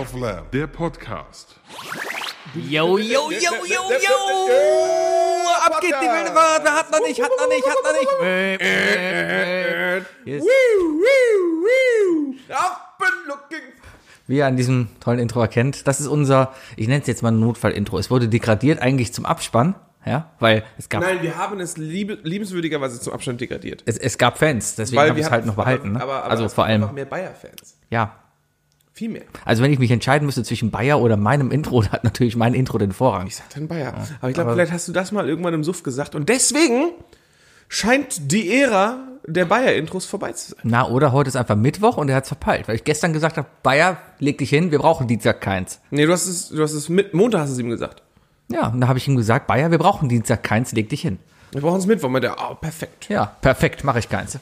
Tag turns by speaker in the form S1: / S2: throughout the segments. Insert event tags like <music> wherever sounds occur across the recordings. S1: of Lamb.
S2: Der Podcast.
S3: Yo, yo, yo, yo, yo! Ab geht die wilde Fahrt! Wer hat noch nicht, hat noch nicht, hat noch nicht! Äh, äh, äh. Hier ist- Wie ihr an diesem tollen Intro erkennt, das ist unser, ich nenne es jetzt mal ein Notfall-Intro. Es wurde degradiert eigentlich zum Abspann, ja, weil es gab,
S4: Nein, wir haben es liebe, liebenswürdigerweise zum Abstand degradiert.
S3: es, es gab Fans, deswegen
S4: Weil
S3: haben wir es halt
S4: hatten-
S3: noch behalten. Ne?
S4: Aber, aber
S3: also
S4: es
S3: vor
S4: gibt
S3: allem,
S4: Einfach mehr Bayer-Fans.
S3: ja,
S4: Viel mehr.
S3: Also wenn ich mich entscheiden müsste zwischen Bayer oder meinem Intro, <laughs> dann hat natürlich mein Intro den Vorrang.
S4: Ich sag dann Bayer. aber ich glaube, vielleicht hast du das mal irgendwann im Suff gesagt. Und deswegen scheint die Ära der Bayer-Intros vorbei zu sein.
S3: Na, oder heute ist einfach Mittwoch und er hat's verpeilt, weil ich gestern gesagt habe, Bayer, leg dich hin, wir brauchen Dienstag keins.
S4: Nee, du hast es, du hast es mit, Montag hast du es ihm gesagt.
S3: Ja, und da habe ich ihm gesagt, Bayer, wir brauchen Dienstag keins, leg dich hin.
S4: Wir brauchen es Mittwoch. Und der, oh, perfekt.
S3: Ja, perfekt, mache ich keins.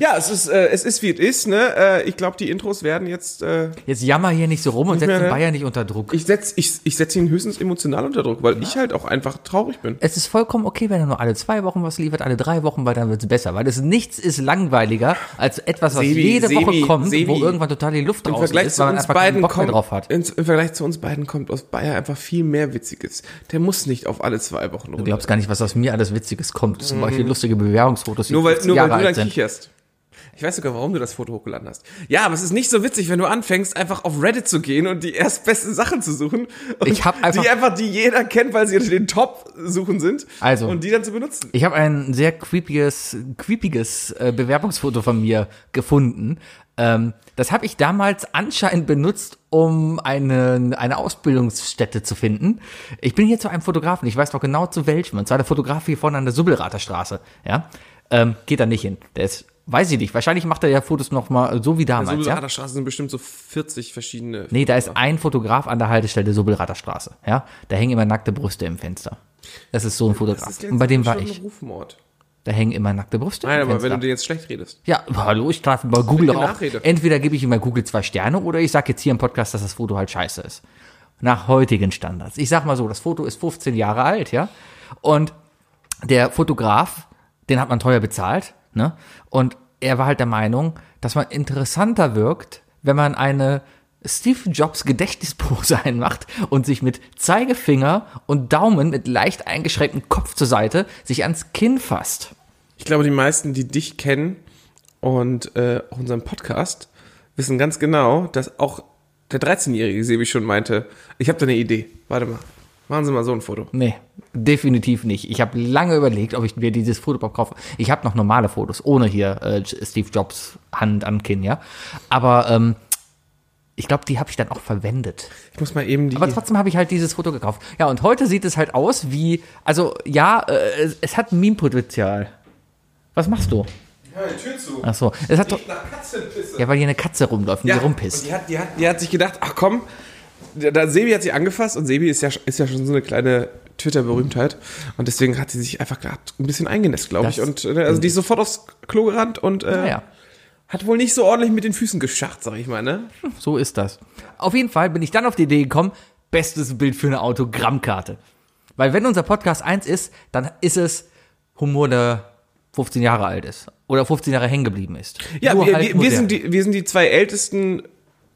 S4: Ja, es ist, äh, es ist wie es ist, ne? Äh, ich glaube, die Intros werden jetzt. Äh,
S3: Jetzt jammer hier nicht so rum und setz
S4: mehr,
S3: den
S4: ne?
S3: Bayer nicht unter Druck.
S4: ich setze ich, ich setz ihn höchstens emotional unter Druck, weil ich halt auch einfach traurig bin.
S3: es ist vollkommen okay, wenn er nur alle zwei Wochen was liefert, alle drei Wochen, weil dann wird's besser. Weil es nichts ist langweiliger als etwas, was
S4: Sebi,
S3: jede Woche
S4: Sebi,
S3: kommt, wo
S4: Sebi.
S3: irgendwann total die Luft
S4: Im
S3: draußen
S4: Vergleich,
S3: ist,
S4: zu
S3: weil man
S4: uns
S3: einfach keinen
S4: beiden
S3: Bock mehr
S4: kommt,
S3: drauf hat.
S4: ins- Im Vergleich zu uns beiden kommt aus Bayer einfach viel mehr Witziges. Der muss nicht auf alle zwei Wochen
S3: Du
S4: runter.
S3: glaubst gar nicht, was aus mir alles Witziges kommt. Zum Beispiel lustige Bewerbungsfotos, die
S4: Mhm. Nur weil,
S3: 15
S4: nur
S3: Jahre
S4: weil du
S3: alt
S4: dann
S3: sind.
S4: kicherst. Ich weiß sogar, warum du das Foto hochgeladen hast. Ja, aber es ist nicht so witzig, wenn du anfängst, einfach auf Reddit zu gehen und die erstbesten Sachen zu suchen. Und
S3: Ich hab einfach-
S4: die einfach, die jeder kennt, weil sie unter den Top-Suchen sind.
S3: Also.
S4: Und die dann zu benutzen.
S3: Ich habe ein sehr creepiges, creepiges äh, Bewerbungsfoto von mir gefunden. Ähm, das habe ich damals anscheinend benutzt, um eine, eine Ausbildungsstätte zu finden. Ich bin hier zu einem Fotografen, ich weiß noch genau zu welchem. Und zwar der Fotograf hier vorne an der Subbelrater Straße. Ja? Ähm, geht da nicht hin. Der ist, weiß ich nicht, wahrscheinlich macht er ja Fotos nochmal so wie
S4: Also,
S3: damals.
S4: auf
S3: ja?
S4: der Straße sind bestimmt so 40 verschiedene.
S3: Nee, da ist ein Fotograf an der Haltestelle Subbelrater Straße. Ja, da hängen immer nackte Brüste im Fenster. Das ist so ein Fotograf.
S4: Das ist
S3: Und bei dem war
S4: schon ein
S3: ich.
S4: Rufmord.
S3: Da hängen immer nackte Brüste
S4: Nein,
S3: im
S4: aber wenn
S3: Fenster.
S4: du dir jetzt schlecht redest.
S3: ja, hallo, ich traf bei Google
S4: mit
S3: doch
S4: der
S3: auch.
S4: Nachrede.
S3: Entweder gebe ich ihm bei Google zwei Sterne oder ich sage jetzt hier im Podcast, dass das Foto halt scheiße ist. Nach heutigen Standards. Ich sag mal so, das Foto ist 15 Jahre alt, ja. Und der Fotograf, den hat man teuer bezahlt, ne? Und er war halt der Meinung, dass man interessanter wirkt, wenn man eine Steve Jobs Gedächtnispose <laughs> einmacht und sich mit Zeigefinger und Daumen mit leicht eingeschränktem Kopf zur Seite sich ans Kinn fasst.
S4: Ich glaube, die meisten, die dich kennen und äh, auch unseren Podcast, wissen ganz genau, dass auch der 13-jährige Sebi schon meinte, ich habe da eine Idee. Warte mal, machen Sie mal so ein Foto.
S3: Nee, definitiv nicht. Ich habe lange überlegt, ob ich mir dieses Foto überhaupt kaufe. Ich habe noch normale Fotos, ohne hier äh, Steve Jobs Hand an Kinn, ja. Aber ähm, ich glaube, die habe ich dann auch verwendet.
S4: Ich muss mal eben die...
S3: Aber trotzdem habe ich halt dieses Foto gekauft. Ja, und heute sieht es halt aus wie, also ja, äh, es, es hat Meme-Potenzial. Was machst du?
S4: ja, die Tür zu.
S3: Ach so, es hat doch,
S4: Nach Katzenpisse.
S3: ja, weil hier eine Katze rumläuft und die rumpisst.
S4: Und die, hat, die, hat, die hat sich gedacht, ach komm, da, da, Sebi hat sie angefasst und Sebi ist ja, sch- ist ja schon so eine kleine Twitter-Berühmtheit. Und deswegen hat sie sich einfach gerade ein bisschen eingenässt, glaube
S3: Das
S4: ich. Und äh, also die ist sofort aufs Klo gerannt und äh,
S3: Naja.
S4: hat wohl nicht so ordentlich mit den Füßen geschacht, sag ich mal, ne?
S3: So ist das. Auf jeden Fall bin ich dann auf die Idee gekommen, bestes Bild für eine Autogrammkarte. Weil wenn unser Podcast eins ist, dann ist es Humor, der 15 Jahre alt ist. Oder 15 Jahre hängen geblieben ist.
S4: Ja,
S3: Nur
S4: wir,
S3: halt
S4: wir, wir,
S3: modern.
S4: sind die, wir sind die zwei ältesten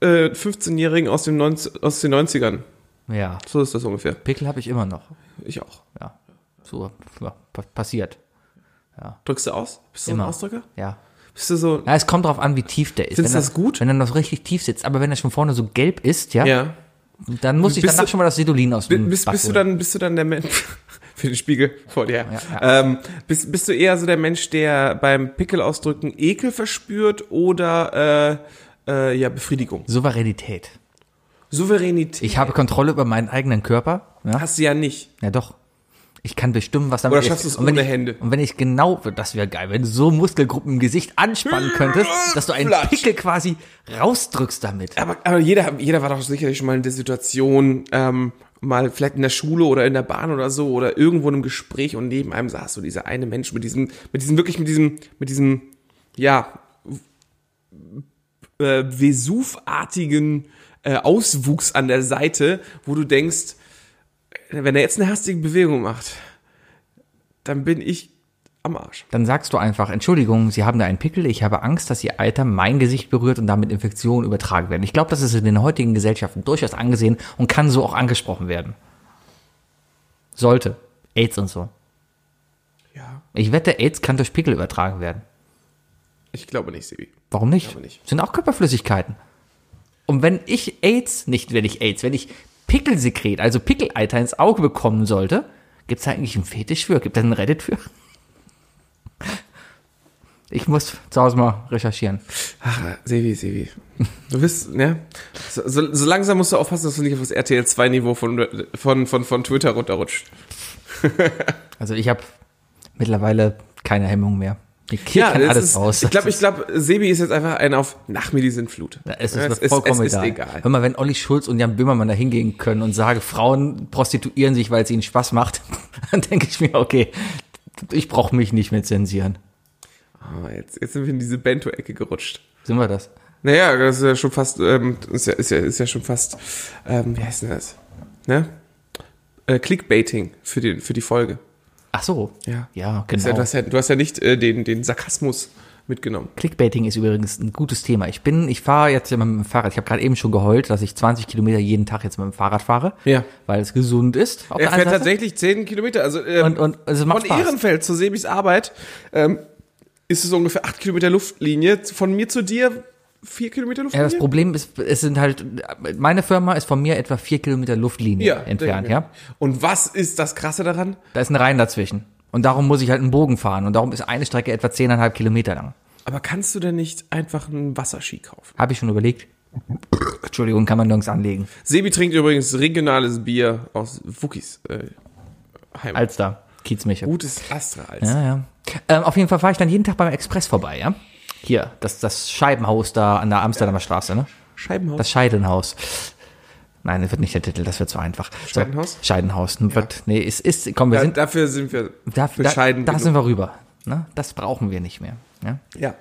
S4: äh, 15-Jährigen aus, dem 90 aus den 90ern.
S3: Ja,
S4: So ist das ungefähr.
S3: Pickel habe ich immer noch.
S4: Ich auch.
S3: Ja, so ja, pa- passiert.
S4: Drückst du aus? Bist du
S3: Immer.
S4: so ein Ausdrücker?
S3: Ja.
S4: Bist du so.
S3: Na, es kommt drauf an, wie tief der ist.
S4: Findest
S3: Wenn
S4: du das gut?
S3: Wenn er noch richtig tief sitzt, aber wenn er schon vorne so gelb ist, ja,
S4: Ja.
S3: dann muss ich
S4: Bist
S3: danach
S4: du-
S3: schon mal das Sedulin aus dem
S4: Bist,
S3: Bach
S4: bist, du
S3: holen.
S4: dann, bist du dann der Mensch. <laughs> Für den Spiegel vor dir.
S3: Ja,
S4: Ähm, bist, bist du eher so der Mensch, der beim Pickel ausdrücken Ekel verspürt oder äh, äh, ja, Befriedigung?
S3: Souveränität.
S4: Souveränität
S3: Ich habe Kontrolle über meinen eigenen Körper. Ja?
S4: hast du ja nicht.
S3: Ja, doch. Ich kann bestimmen, was damit
S4: Oder schaffst du es
S3: Und wenn
S4: ohne
S3: ich,
S4: Hände?
S3: Und wenn ich genau, das wäre geil, wenn du so Muskelgruppen im Gesicht anspannen könntest, dass du einen
S4: Flatsch.
S3: Pickel quasi rausdrückst damit.
S4: Aber, aber jeder, jeder war doch sicherlich schon mal in der Situation, ähm, mal vielleicht in der Schule oder in der Bahn oder so oder irgendwo in einem Gespräch und neben einem saß so dieser eine Mensch mit diesem, mit diesem, wirklich mit diesem, mit diesem, ja, äh, Vesuv-artigen äh, Auswuchs an der Seite, wo du denkst, wenn er jetzt eine hastige Bewegung macht, dann bin ich am Arsch.
S3: Dann sagst du einfach, Entschuldigung, Sie haben da einen Pickel, ich habe Angst, dass Ihr Alter mein Gesicht berührt und damit Infektionen übertragen werden. Ich glaube, das ist in den heutigen Gesellschaften durchaus angesehen und kann so auch angesprochen werden. Sollte. AIDS und so.
S4: Ja.
S3: Ich wette, AIDS kann durch Pickel übertragen werden.
S4: Ich glaube nicht, Sebi.
S3: Warum nicht?
S4: Glaube nicht.
S3: Sind auch Körperflüssigkeiten. Und wenn ich AIDS, nicht wenn ich AIDS, wenn ich Pickelsekret, also Pickeleiter ins Auge bekommen sollte, gibt es eigentlich einen Fetisch für? Gibt es einen Reddit für? <laughs> Ich muss zu Hause mal recherchieren.
S4: Ach, Sevi, Sevi. Du bist, ne? So, so, so langsam musst du aufpassen, dass du nicht auf das RTL 2 Niveau von, von, von, von Twitter runterrutscht.
S3: Also ich habe mittlerweile keine Hemmung mehr. Hier kann
S4: das
S3: alles
S4: ist,
S3: raus.
S4: Ich glaube, ich glaube, Sebi ist jetzt einfach ein auf nach mir die Sintflut.
S3: Es
S4: Ja,
S3: ist mir vollkommen
S4: es
S3: egal.
S4: Ist egal.
S3: Hör mal, wenn Olli Schulz und Jan Böhmermann da hingehen können und sage, Frauen prostituieren sich, weil es ihnen Spaß macht, <laughs> dann denke ich mir, okay, ich brauche mich nicht mehr zensieren.
S4: Ah, jetzt, jetzt sind wir in diese Bento-Ecke gerutscht.
S3: Sind wir das?
S4: Naja, das ist ja schon fast, ähm, ist, ja, ist, ja, ist ja schon fast, ähm, wie heißt denn das? Ne? Äh, Clickbaiting für, den, für die Folge.
S3: Ach so.
S4: Ja.
S3: Ja,
S4: Ist ja,
S3: genau.
S4: du, hast ja, du hast ja nicht äh, den, den Sarkasmus mitgenommen.
S3: Clickbaiting ist übrigens ein gutes Thema. Ich bin, ich fahre jetzt immer mit dem Fahrrad. Ich habe gerade eben schon geheult, dass ich 20 Kilometer jeden Tag jetzt mit dem Fahrrad fahre.
S4: Ja.
S3: Weil es gesund ist. auf
S4: Er
S3: der einen
S4: fährt
S3: Seite.
S4: tatsächlich 10 Kilometer. Also, ähm,
S3: Und- und es macht
S4: von
S3: Spaß.
S4: Ehrenfeld zu Sebis Arbeit ähm, ist es ungefähr 8 Kilometer Luftlinie. Von mir zu dir 4 Kilometer
S3: Ja,
S4: Luftlinie.
S3: das Problem ist, es sind halt, meine Firma ist von mir etwa vier Kilometer Luftlinie
S4: Ja,
S3: entfernt,
S4: denke ich
S3: ja.
S4: mir. Und was ist das Krasse daran?
S3: Da ist ein Rhein dazwischen. Und darum muss ich halt einen Bogen fahren. Und darum ist eine Strecke etwa 10,5 Kilometer lang.
S4: Aber kannst du denn nicht einfach einen Wasserski kaufen?
S3: Habe ich schon überlegt. Entschuldigung, kann man nirgends anlegen.
S4: Sebi trinkt übrigens regionales Bier aus Wookies äh, Heimat.
S3: Alster, Kiezmiche.
S4: Gutes Astra als.
S3: Ja, ja. Ähm, auf jeden Fall fahre ich dann jeden Tag beim Express vorbei, ja? Hier, das, das Scheibenhaus da an der Amsterdamer Straße, ne?
S4: Scheibenhaus.
S3: Das Scheidenhaus. Nein, das wird nicht der Titel, das wird zu einfach. So,
S4: Scheidenhaus?
S3: Scheidenhaus. Wird, nee, es ist, komm, wir
S4: da,
S3: sind,
S4: dafür sind wir
S3: da, da,
S4: bescheiden.
S3: da
S4: genug.
S3: sind wir rüber. Ne? Das brauchen wir nicht mehr. Ja?
S4: ja.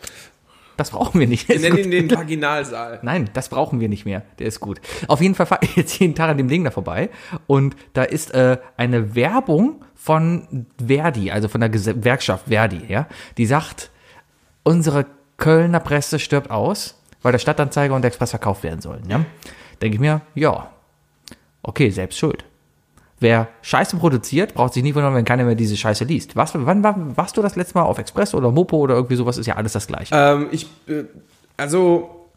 S3: Das brauchen wir nicht.
S4: Wir
S3: Ist
S4: nennen
S3: gut. <laughs>
S4: ihn den Vaginalsaal.
S3: Nein, das brauchen wir nicht mehr. Der ist gut. Auf jeden Fall fahre ich <laughs> jetzt jeden Tag an dem Ding da vorbei. Und da ist äh, eine Werbung von Verdi, also von der Gese- Gewerkschaft Verdi, ja. Die sagt, unsere Kölner Presse stirbt aus, weil der Stadtanzeiger und der Express verkauft werden sollen. Ja? Denke ich mir, ja, okay, selbst schuld. Wer Scheiße produziert, braucht sich nie wundern, wenn keiner mehr diese Scheiße liest. Was, wann war, warst du das letzte Mal auf Express oder Mopo oder irgendwie sowas? Ist ja alles das gleiche.
S4: Ähm, ich, äh, also,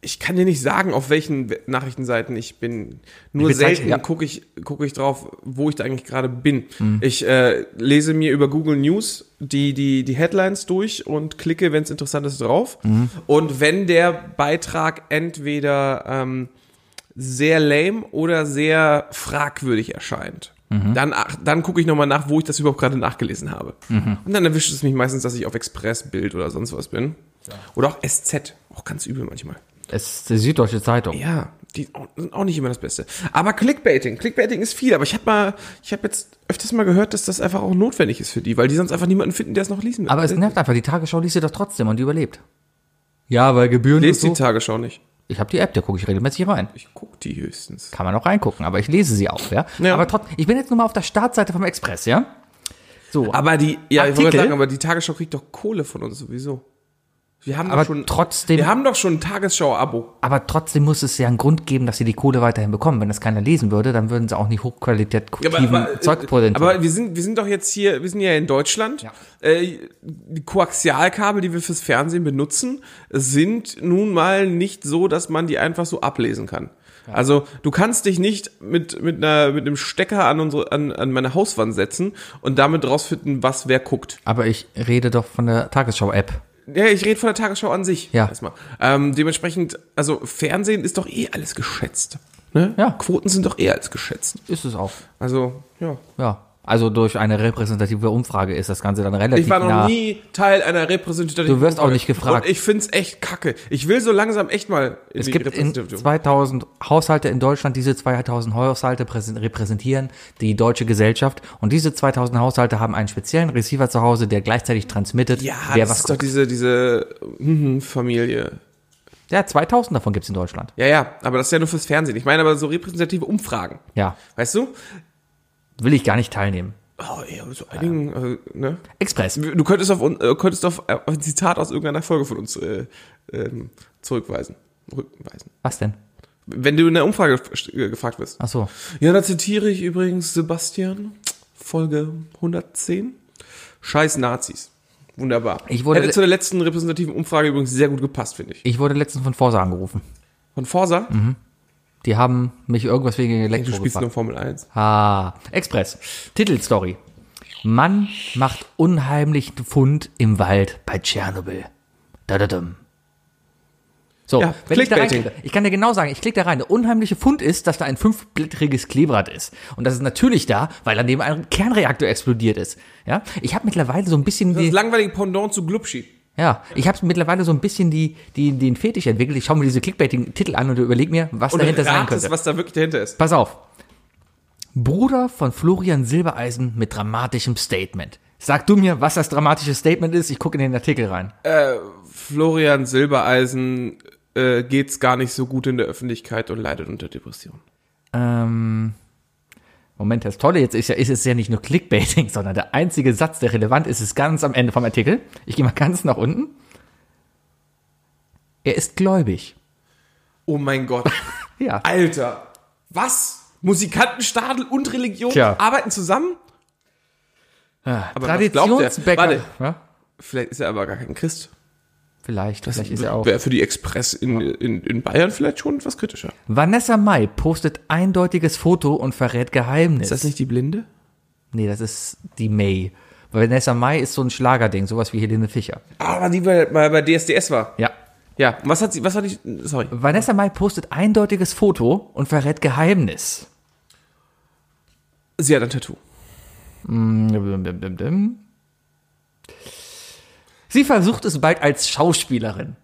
S4: ich kann dir nicht sagen, auf welchen We- Nachrichtenseiten ich bin. Nur
S3: Die Bezeichn-
S4: selten
S3: ja.
S4: gucke ich, guck ich drauf, wo ich da eigentlich gerade bin. Ich äh, lese mir über Google News die, die, die Headlines durch und klicke, wenn es interessant ist, drauf. Und wenn der Beitrag entweder ähm, sehr lame oder sehr fragwürdig erscheint.
S3: Mhm.
S4: Dann, ach, dann gucke ich nochmal nach, wo ich das überhaupt gerade nachgelesen habe.
S3: Mhm.
S4: Und dann erwischt es mich meistens, dass ich auf Express, Bild oder sonst was bin. Oder auch SZ. Auch ganz übel manchmal.
S3: es ist die Süddeutsche Zeitung.
S4: Ja, die au- sind auch nicht immer das Beste. Aber Clickbaiting. Clickbaiting ist viel. Aber ich habe mal, ich habe jetzt öfters mal gehört, dass das einfach auch notwendig ist für die, weil die sonst einfach niemanden finden, der es noch lesen will.
S3: Aber es nervt einfach, die Tagesschau liest sie doch trotzdem und die überlebt. Ja, weil Gebühren
S4: Lest die Tagesschau nicht.
S3: Ich habe die App, da gucke ich regelmäßig rein.
S4: Ich guck die höchstens.
S3: Kann man auch reingucken, aber ich lese sie auch, ja.
S4: Ja.
S3: Aber trotzdem, ich bin jetzt nur mal auf der Startseite vom Express, ja. So, aber,
S4: Aber die, ja, ich wollte
S3: Artikel?
S4: gerade sagen, aber die Tagesschau kriegt doch Kohle von uns sowieso. Wir haben doch schon,
S3: trotzdem,
S4: wir haben doch schon ein Tagesschau-Abo.
S3: aber trotzdem muss es ja einen Grund geben, dass sie die Kohle weiterhin bekommen. Wenn das keiner lesen würde, dann würden sie auch nicht hochqualitativen
S4: äh,
S3: Zeug produzieren.
S4: aber wir sind, wir sind doch jetzt hier, wir sind ja in Deutschland.
S3: Ja.
S4: Äh, die Koaxialkabel, die wir fürs Fernsehen benutzen, sind nun mal nicht so, dass man die einfach so ablesen kann. Also du kannst dich nicht mit, mit, einer, mit einem Stecker an, unsere, an, an meine Hauswand setzen und damit rausfinden, was wer guckt.
S3: aber ich rede doch von der Tagesschau-App.
S4: Ja, ich rede von der Tagesschau an sich.
S3: Ja.
S4: Erstmal. Ähm, dementsprechend, also Fernsehen ist doch eh alles geschätzt. Ne?
S3: Ja.
S4: Quoten sind doch eh alles geschätzt.
S3: Ist es auch.
S4: Also, ja.
S3: Ja. Also durch eine repräsentative Umfrage ist das Ganze dann relativ
S4: Ich war noch
S3: nah.
S4: nie Teil einer repräsentativen
S3: Du wirst auch
S4: Umfrage.
S3: nicht gefragt.
S4: Und ich find's echt kacke. Ich will so langsam echt mal in
S3: Es gibt in
S4: Repräsentative-
S3: 2000 Haushalte in Deutschland, diese 2000 Haushalte präsen- repräsentieren die deutsche Gesellschaft und diese 2000 Haushalte haben einen speziellen Receiver zu Hause, der gleichzeitig transmittet,
S4: ja,
S3: wer
S4: das
S3: was
S4: ist doch
S3: guckt.
S4: diese, diese mhm, Familie.
S3: Ja, 2000 davon gibt's in Deutschland.
S4: Ja, ja, aber das ist ja nur fürs Fernsehen. Ich meine aber so repräsentative Umfragen.
S3: Ja,
S4: Weißt du?
S3: will ich gar nicht teilnehmen.
S4: Oh, ja, zu einigen, äh, ne?
S3: Express.
S4: Du könntest auf, un- äh, könntest auf äh, auf ein Zitat aus irgendeiner Folge von uns äh, ähm, zurückweisen. Rückweisen.
S3: Was denn?
S4: Wenn du in der Umfrage gef- äh, gefragt wirst.
S3: Ach so.
S4: Ja, da zitiere ich übrigens Sebastian, Folge 110. Scheiß Nazis. Wunderbar.
S3: Ich wurde-
S4: Hätte zu der letzten repräsentativen Umfrage übrigens sehr gut gepasst, finde ich.
S3: Ich wurde letztens von Forsa angerufen.
S4: Von
S3: Mhm.
S4: Forsa?
S3: Die haben mich irgendwas wegen
S4: Du
S3: Elektro
S4: spielst
S3: gefragt.
S4: nur Formel 1.
S3: Ah, Express. Titelstory. Mann macht unheimlichen Fund im Wald bei Tschernobyl. Dadadum. So,
S4: Ja,
S3: wenn ich da
S4: Clickbaiting.
S3: reinklicke, ich kann dir genau sagen, ich klicke da rein. Der unheimliche Fund ist, dass da ein fünfblättriges Klebrad ist. Und das ist natürlich da, weil daneben ein Kernreaktor explodiert ist. Ja, ich habe mittlerweile so ein bisschen
S4: Das
S3: die,
S4: langweilige Pendant zu Glubschi.
S3: ja, ich habe mittlerweile so ein bisschen die, die, den Fetisch entwickelt. Ich schaue mir diese Clickbaiting-Titel an und überlege mir, was
S4: Und
S3: dahinter sein
S4: ratest,
S3: könnte.
S4: was da wirklich dahinter ist.
S3: Pass auf. Bruder von Florian Silbereisen mit dramatischem Statement. Sag du mir, was das dramatische Statement ist. Ich gucke in den Artikel rein.
S4: Florian Silbereisen äh, geht's gar nicht so gut in der Öffentlichkeit und leidet unter Depression.
S3: Ähm, Moment, das Tolle jetzt ist ja, ist es ja nicht nur Clickbaiting, <laughs> sondern der einzige Satz, der relevant ist, ist ganz am Ende vom Artikel. Ich gehe mal ganz nach unten. Er ist gläubig.
S4: Oh mein Gott.
S3: Ja.
S4: Alter. Was? Musikantenstadel und Religion
S3: Tja.
S4: arbeiten zusammen?
S3: Aber
S4: Ah, was glaubt der?
S3: Traditionsbäcker.
S4: Warte.
S3: Ja,
S4: Vielleicht ist er aber gar kein Christ.
S3: vielleicht, vielleicht ist er auch.
S4: Wäre für die Express in, in, in Bayern vielleicht schon etwas kritischer.
S3: Vanessa Mai postet eindeutiges Foto und verrät Geheimnis.
S4: Ist das nicht die Blinde?
S3: Nee, das ist die May. Weil Vanessa May ist so ein Schlagerding, sowas wie Helene Fischer.
S4: Aber Ah, die bei, mal bei DSDS war.
S3: Ja.
S4: Ja. Und Was hat sie, was hat die, sorry.
S3: Vanessa May postet eindeutiges Foto und verrät Geheimnis.
S4: Sie hat ein Tattoo.
S3: Sie versucht es bald als Schauspielerin.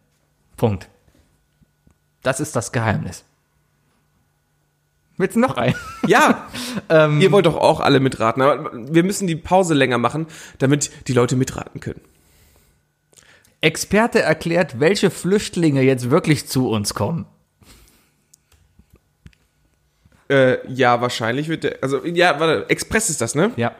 S3: Punkt. Das ist das Geheimnis. Willst du noch ein? <laughs>
S4: Ja,
S3: Ähm.
S4: ihr wollt doch auch alle mitraten. Aber wir müssen die Pause länger machen, damit die Leute mitraten können.
S3: Experte erklärt, welche Flüchtlinge jetzt wirklich zu uns kommen.
S4: Äh, ja, wahrscheinlich wird der. Also, ja, warte, Express ist das, ne?
S3: Ja.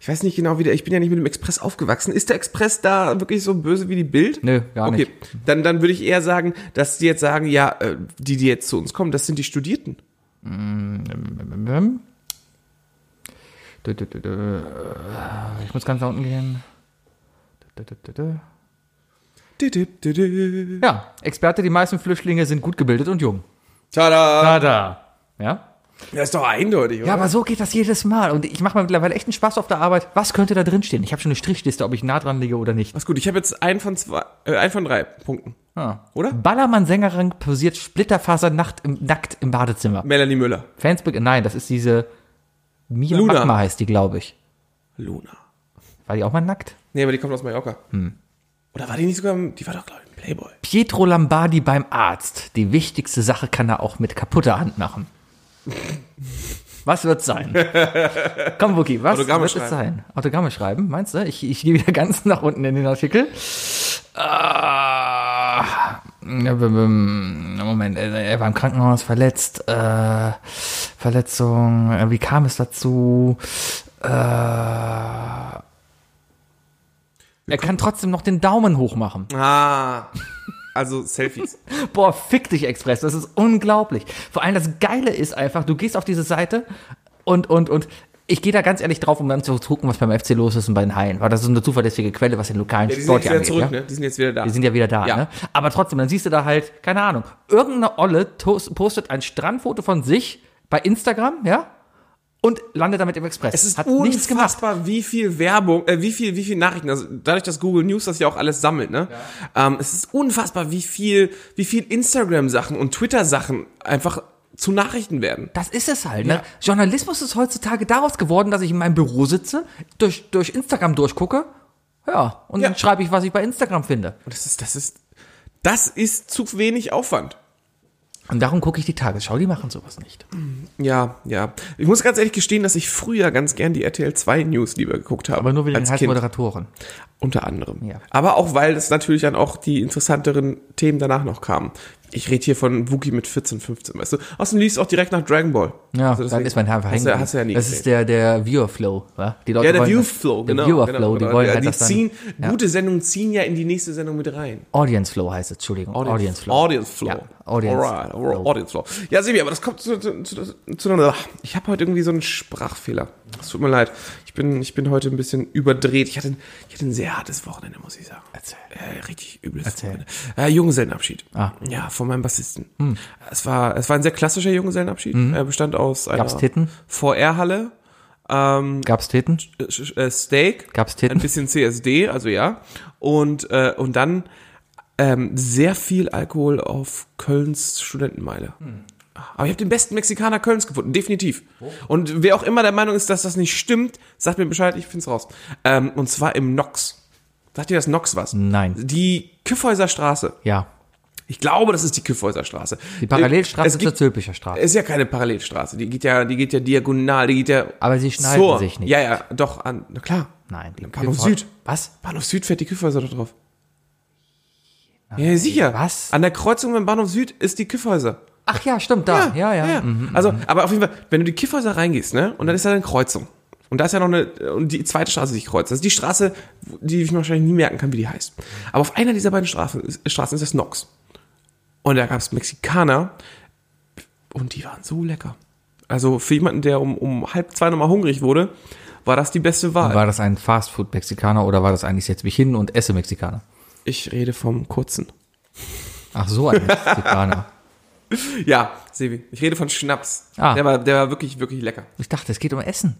S4: Ich weiß nicht genau, wie der. Ich bin ja nicht mit dem Express aufgewachsen. Ist der Express da wirklich so böse wie die Bild?
S3: Nö, gar nicht.
S4: Dann, dann würde ich eher sagen, dass die jetzt sagen, ja, äh, die, die jetzt zu uns kommen, das sind die Studierten.
S3: Ähm. Dö, dö, dö, dö. Ich muss ganz nach unten gehen. Dö, dö, dö, dö.
S4: Du, du, du, du.
S3: Ja, Experte, die meisten Flüchtlinge sind gut gebildet und jung.
S4: Tada!
S3: Tada. Ja?
S4: Das ist doch eindeutig, oder?
S3: ja, aber so geht das jedes Mal. Und ich mache mir mittlerweile echt einen Spaß auf der Arbeit. Was könnte da drin stehen? Ich habe schon eine Strichliste, ob ich nah dran liege oder nicht.
S4: Was gut, ich habe jetzt einen von zwei, äh, einen von drei Punkten.
S3: Ah.
S4: Oder?
S3: Ballermann-Sängerin posiert Splitterfasernacht im, nackt im Badezimmer.
S4: Melanie Müller.
S3: Fansburg, nein, das ist diese Mia
S4: Luna.
S3: Magma heißt die, glaube ich.
S4: Luna.
S3: War die auch mal nackt?
S4: Nee, aber die kommt aus Mallorca.
S3: Hm.
S4: Oder war die nicht sogar, im- die war doch, glaube ich, im Playboy.
S3: Pietro Lombardi beim Arzt. Die wichtigste Sache kann er auch mit kaputter Hand machen. Was wird's sein? Komm, Wookie, was
S4: Autogramme
S3: wird
S4: schreiben.
S3: es sein? Autogramme schreiben, meinst du? Ich, ich gehe wieder ganz nach unten in den Artikel. Ah, Moment, er war im Krankenhaus verletzt. Äh, Verletzung, äh, wie kam es dazu? Äh, er kann trotzdem noch den Daumen hoch machen.
S4: Ah.
S3: <laughs>
S4: Also Selfies.
S3: Boah, fick dich Express, das ist unglaublich. Vor allem das Geile ist einfach, du gehst auf diese Seite und, und, und ich gehe da ganz ehrlich drauf, um dann zu gucken, was beim FC los ist und bei den Haien. Weil das ist eine zuverlässige Quelle, was den lokalen
S4: Ja, die sind
S3: Sport
S4: jetzt
S3: hier
S4: wieder
S3: angeht.
S4: zurück,
S3: ja?
S4: ne? Die sind jetzt wieder da.
S3: Die sind ja wieder da,
S4: Ja.
S3: ne? Aber trotzdem, dann siehst du da halt, keine Ahnung, irgendeine Olle tos- postet ein Strandfoto von sich bei Instagram, ja? Und landet damit im Express.
S4: Es ist
S3: Hat nichts gemacht.
S4: unfassbar, wie viel Werbung, äh, wie viel, wie viel Nachrichten. Also dadurch, dass Google News das ja auch alles sammelt, ne? Ähm, es ist unfassbar, wie viel, wie viel Instagram-Sachen und Twitter-Sachen einfach zu Nachrichten werden.
S3: Das ist es halt. Ne? Journalismus ist heutzutage daraus geworden, dass ich in meinem Büro sitze, durch, durch Instagram durchgucke, ja, und
S4: Ja.
S3: dann schreibe ich, was ich bei Instagram finde.
S4: Und das ist, das ist, das ist zu wenig Aufwand.
S3: Und darum gucke ich die Tagesschau, die machen sowas nicht.
S4: Ja, ja. Ich muss ganz ehrlich gestehen, dass ich früher ganz gern die RTL 2 News lieber geguckt habe.
S3: Aber nur wegen den heißen
S4: Kind.
S3: Moderatoren.
S4: Unter anderem.
S3: Ja.
S4: Aber auch, weil es natürlich dann auch die interessanteren Themen danach noch kamen. Ich rede hier von Wookie mit 14, 15, weißt du. Außerdem liest auch direkt nach Dragon Ball.
S3: Ja,
S4: Also
S3: dann
S4: deswegen-
S3: ist man einfach hängen.
S4: hast du- hast du ja nie
S3: das ist der, der Viewer-Flow, wa? Die Leute
S4: Ja, der
S3: wollen das-
S4: Viewflow,
S3: der
S4: genau.
S3: Viewer-Flow,
S4: genau,
S3: die
S4: genau.
S3: wollen
S4: ja,
S3: halt
S4: die
S3: das dann.
S4: ziehen, Gute Sendungen ziehen ja in die nächste Sendung mit rein.
S3: Audience Flow heißt es, Entschuldigung. Audience, Flow.
S4: Audience Flow.
S3: Ja, Audience
S4: Alright,
S3: Flow.
S4: Audience Flow. Ja, Sebi, aber das kommt zu, zu, zu, zu einer. ach, Ich habe heute irgendwie so einen Sprachfehler. Es tut mir leid. Ich bin, ich bin heute ein bisschen überdreht. Ich hatte, ein- ich hatte ein sehr hartes Wochenende, muss ich sagen.
S3: Erzähl.
S4: Äh, richtig übles Wochenende. Äh, Junggesellenabschied.
S3: Ah. Hm.
S4: Ja, von meinem Bassisten. Es, war, es war ein sehr klassischer Junggesellenabschied. Er bestand aus einer
S3: Mhm. Gab's Titten?
S4: VR-Halle, ähm,
S3: Gab's Titten?
S4: äh, Sch- äh, Steak.
S3: Gab's
S4: Ein
S3: Titten?
S4: bisschen CSD, also ja. Und, äh, und dann ähm, sehr viel Alkohol auf Kölns Studentenmeile.
S3: Hm.
S4: Aber ich habe den besten Mexikaner Kölns gefunden, definitiv.
S3: Oh.
S4: Und wer auch immer der Meinung ist, dass das nicht stimmt, sagt mir Bescheid, ich find's raus. Ähm, und zwar im Nox. Sagt dir das Nox was?
S3: Nein.
S4: Die Kyffhäuser Straße.
S3: Ja.
S4: Ich glaube, das ist die Kyffhäuser Straße. Äh,
S3: Die Parallelstraße
S4: Es
S3: zur
S4: gibt-
S3: Zülpicher Straße.
S4: ist ja keine Parallelstraße, die geht ja, die geht ja diagonal, die geht ja.
S3: Aber sie schneiden
S4: zur-
S3: sich nicht.
S4: Ja, ja, doch, an, na klar.
S3: Nein. die
S4: Bahnhof
S3: Kühlfahrt-
S4: Süd.
S3: Was?
S4: Bahnhof Süd fährt die Küffhäuser doch drauf. ja, sicher.
S3: was?
S4: An der Kreuzung beim Bahnhof Süd ist die Kiffhäuser.
S3: Ach ja, stimmt, da. Ja, ja. Mhm.
S4: Ah, Also, aber auf jeden Fall, wenn du die Kiffhäuser reingehst, ne, und dann ist da eine Kreuzung. Und da ist ja noch eine, und die zweite Straße, die ich kreuze. Das ist die Straße, die ich mir wahrscheinlich nie merken kann, wie die heißt. Aber auf einer dieser beiden Straßen, Straßen ist das Nox. Und da gab's Mexikaner und die waren so lecker. Also für jemanden, der um, um halb zwei nochmal hungrig wurde, war das die beste Wahl.
S3: War das ein Fastfood-Mexikaner oder war das eigentlich jetzt mich hin und esse Mexikaner?
S4: Ich rede vom kurzen.
S3: Ach so, <laughs> ein Mexikaner.
S4: Ja, Sebi, ich rede von Schnaps.
S3: Ah.
S4: Der, war, der war wirklich, wirklich lecker.
S3: Ich dachte, es geht um Essen.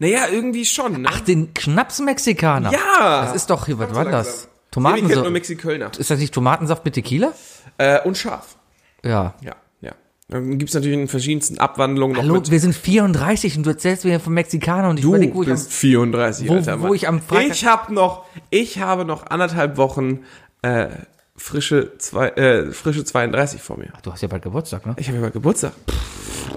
S4: Naja, irgendwie schon. Ne?
S3: Ach, den Schnaps-Mexikaner.
S4: Ja!
S3: Das ist doch, hier, was war das?
S4: Sebi kennt nur
S3: Tomatensaft.
S4: Mexikölner.
S3: Ist das nicht Tomatensaft mit Tequila?
S4: Äh, und scharf.
S3: Ja.
S4: Ja, ja. Dann gibt's natürlich in verschiedensten Abwandlungen noch
S3: Hallo,
S4: mit.
S3: wir sind 34 und du erzählst mir von Mexikaner und ich
S4: Du
S3: überlege, wo ich am
S4: bist 34,
S3: wo-
S4: alter Mann.
S3: wo ich am Freitag-
S4: Ich hab noch, ich habe noch anderthalb Wochen äh, frische, zwei, äh, frische 32 vor mir.
S3: Du hast ja bald Geburtstag, ne?
S4: Ich habe ja mal Geburtstag.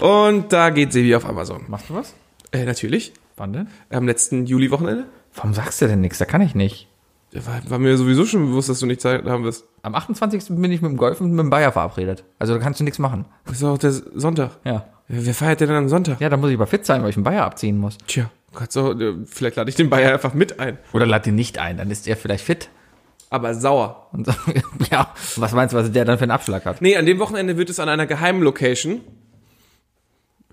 S4: Und da geht Sebi auf Amazon.
S3: Machst du was?
S4: Äh, natürlich.
S3: Wann denn?
S4: Am letzten Juli-Wochenende.
S3: Warum sagst du denn nichts? Da kann ich nicht.
S4: War, war mir sowieso schon bewusst, dass du nicht Zeit haben wirst.
S3: Am 28. bin ich mit dem Golf und mit dem Bayer verabredet. Also da kannst du nichts machen.
S4: Das ist auch der Sonntag.
S3: Ja.
S4: Wer feiert denn dann am Sonntag?
S3: Ja, da muss ich aber fit sein, weil ich einen Bayer abziehen muss.
S4: Tja, kannst du, äh, vielleicht lade ich den Bayer einfach mit ein.
S3: Oder lad ihn nicht ein, dann ist er vielleicht fit.
S4: Aber sauer.
S3: Und <laughs> ja, was meinst du, was der dann für einen Abschlag hat?
S4: Nee, an dem Wochenende wird es an einer geheimen Location.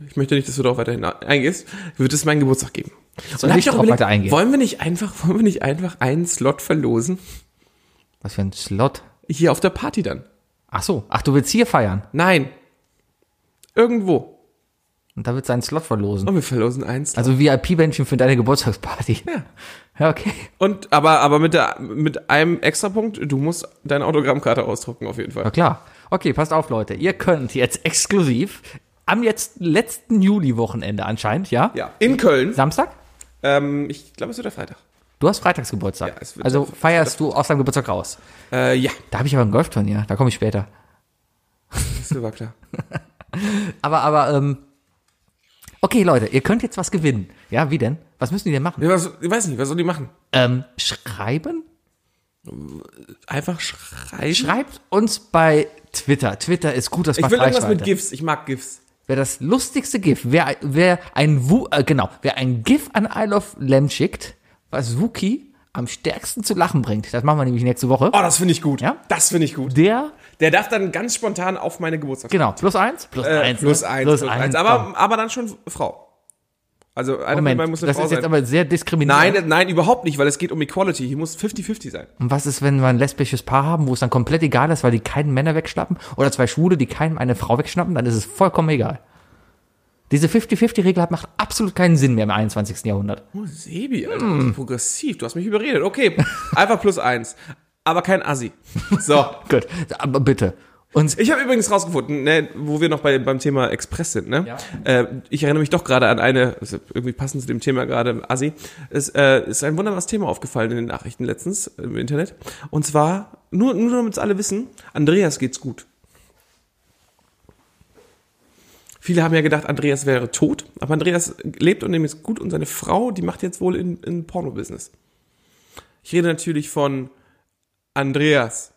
S4: Ich möchte nicht, dass du darauf weiterhin eingehst. Wird es meinen Geburtstag geben.
S3: Soll
S4: da hab
S3: ich
S4: auch
S3: drauf weiter eingehen?
S4: Wollen wir nicht einfach, wollen wir nicht einfach einen Slot verlosen?
S3: Was für ein Slot.
S4: Hier auf der Party dann.
S3: Ach so, ach, du willst hier feiern.
S4: Nein. Irgendwo.
S3: Und da wird sein Slot verlosen.
S4: Und wir verlosen einen Slot.
S3: Also VIP-Bändchen für deine Geburtstagsparty.
S4: Ja.
S3: Ja, okay.
S4: Und, aber, aber mit der, mit einem Extrapunkt, du musst deine Autogrammkarte ausdrucken auf jeden Fall.
S3: Na klar. Okay, passt auf, Leute. Ihr könnt jetzt exklusiv am jetzt letzten Juli-Wochenende anscheinend, ja?
S4: Ja. In Köln.
S3: Samstag?
S4: Ähm, ich glaube, es wird der Freitag.
S3: Du hast Freitagsgeburtstag.
S4: Ja, es wird
S3: also
S4: Freitag-
S3: feierst du aus deinem Geburtstag raus.
S4: Äh, ja.
S3: Da habe ich aber ein Golfturnier, da komme ich später.
S4: Das war klar. <laughs>
S3: Aber, aber, ähm, okay, Leute, ihr könnt jetzt was gewinnen. Ja, wie denn? Was müssen die denn machen?
S4: Ja, was, ich weiß nicht, was soll die machen?
S3: Ähm, schreiben?
S4: Einfach schreien?
S3: Schreibt uns bei Twitter. Twitter ist gut, das
S4: ich
S3: macht
S4: will irgendwas
S3: Reichweite.
S4: mit GIFs. Ich mag GIFs.
S3: Wer das lustigste GIF, wer, wer ein Wu, äh, genau, wer ein GIF an Isle of Lamb schickt, was Wookie am stärksten zu lachen bringt, das machen wir nämlich nächste Woche,
S4: Oh, das finde ich gut.
S3: Ja?
S4: Das finde ich gut.
S3: der,
S4: Der darf dann ganz spontan auf meine Geburtstag.
S3: genau, plus eins, plus
S4: Äh,
S3: eins,
S4: plus
S3: ne?
S4: eins.
S3: plus eins, komm.
S4: Aber, aber dann schon Frau. Also einer von
S3: Moment,
S4: beiden muss eine
S3: das
S4: Frau
S3: ist jetzt
S4: sein.
S3: aber sehr diskriminierend.
S4: Nein, äh, nein, überhaupt nicht, weil es geht um Equality. Hier muss 50-50 sein.
S3: Und was ist, wenn wir ein lesbisches Paar haben, wo es dann komplett egal ist, weil die keinen Männer wegschnappen oder zwei Schwule, die keinen eine Frau wegschnappen, dann ist es vollkommen egal. Diese 50-50-Regel hat- macht absolut keinen Sinn mehr im 21. Jahrhundert.
S4: Oh, Sebi, Alter,
S3: Hm.
S4: das ist progressiv. Du hast mich überredet. Okay, <laughs> einfach plus eins. Aber kein Assi. So.
S3: Gut, aber bitte. Und
S4: Ich habe übrigens rausgefunden, ne, wo wir noch bei, beim Thema Express sind, ne?
S3: Ja.
S4: Äh, ich erinnere mich doch gerade an eine, also irgendwie passend zu dem Thema gerade, Assi, es äh, ist ein wunderbares Thema aufgefallen in den Nachrichten letztens im Internet. Und zwar, nur, nur damit es alle wissen, Andreas geht's gut. Viele haben ja gedacht, Andreas wäre tot, aber Andreas lebt und dem ist gut und seine Frau, die macht jetzt wohl in, in Porno-Business. Ich rede natürlich von Andreas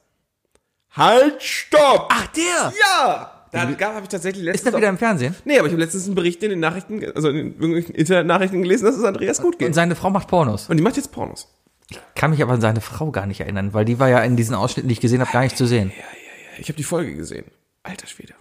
S4: Halt, stopp!
S3: Ach, der!
S4: Ja! Da habe ich tatsächlich
S3: Ist der
S4: letztens.
S3: wieder
S4: auch-
S3: im Fernsehen?
S4: nee, aber ich habe letztens einen Bericht in den Nachrichten, ge- also in den irgendwelchen Internetnachrichten gelesen, dass es Andreas gut
S3: Und
S4: geht.
S3: seine Frau macht Pornos.
S4: Und die macht jetzt Pornos.
S3: Kann mich aber an seine Frau gar nicht erinnern, weil die war ja in diesen Ausschnitten, die ich gesehen habe, gar nicht zu sehen.
S4: Ich habe die Folge gesehen. Alter Schwede.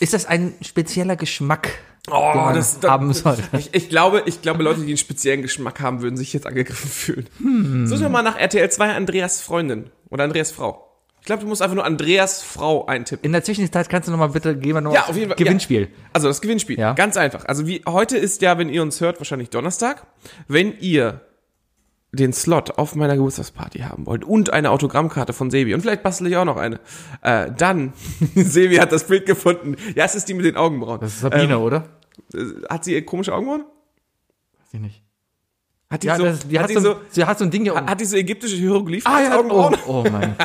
S3: Ist das ein spezieller Geschmack?
S4: Oh,
S3: man haben soll.
S4: Ich, ich, glaube, ich glaube, Leute, die einen speziellen Geschmack haben, würden sich jetzt angegriffen fühlen.
S3: Hm.
S4: Such doch mal nach RTL 2 Andreas Freundin oder Andreas Frau. Ich glaube, du musst einfach nur Andreas Frau eintippen.
S3: In der Zwischenzeit kannst du nochmal bitte, gehen wir nochmal
S4: Ja,
S3: aufs
S4: auf jeden Fall,
S3: Gewinnspiel.
S4: Also das Gewinnspiel.
S3: Ja.
S4: Ganz einfach. Also wie heute ist ja, wenn ihr uns hört, wahrscheinlich Donnerstag. Wenn ihr den Slot auf meiner Geburtstagsparty haben wollt und eine Autogrammkarte von Sebi und vielleicht bastel ich auch noch eine, äh, dann, <laughs> Sebi hat das Bild gefunden. Ja, es ist die mit den Augenbrauen.
S3: Das ist Sabine,
S4: Ähm,
S3: oder?
S4: Äh, Hat sie komische Augenbrauen?
S3: Weiß ich nicht.
S4: Hat die
S3: Ja,
S4: so,
S3: das, die, hat
S4: die
S3: so,
S4: so,
S3: sie hat so ein Ding hier
S4: hat die so ägyptische Hieroglyphen
S3: Ah,
S4: als
S3: ja, oh,
S4: Augenbrauen?
S3: oh mein.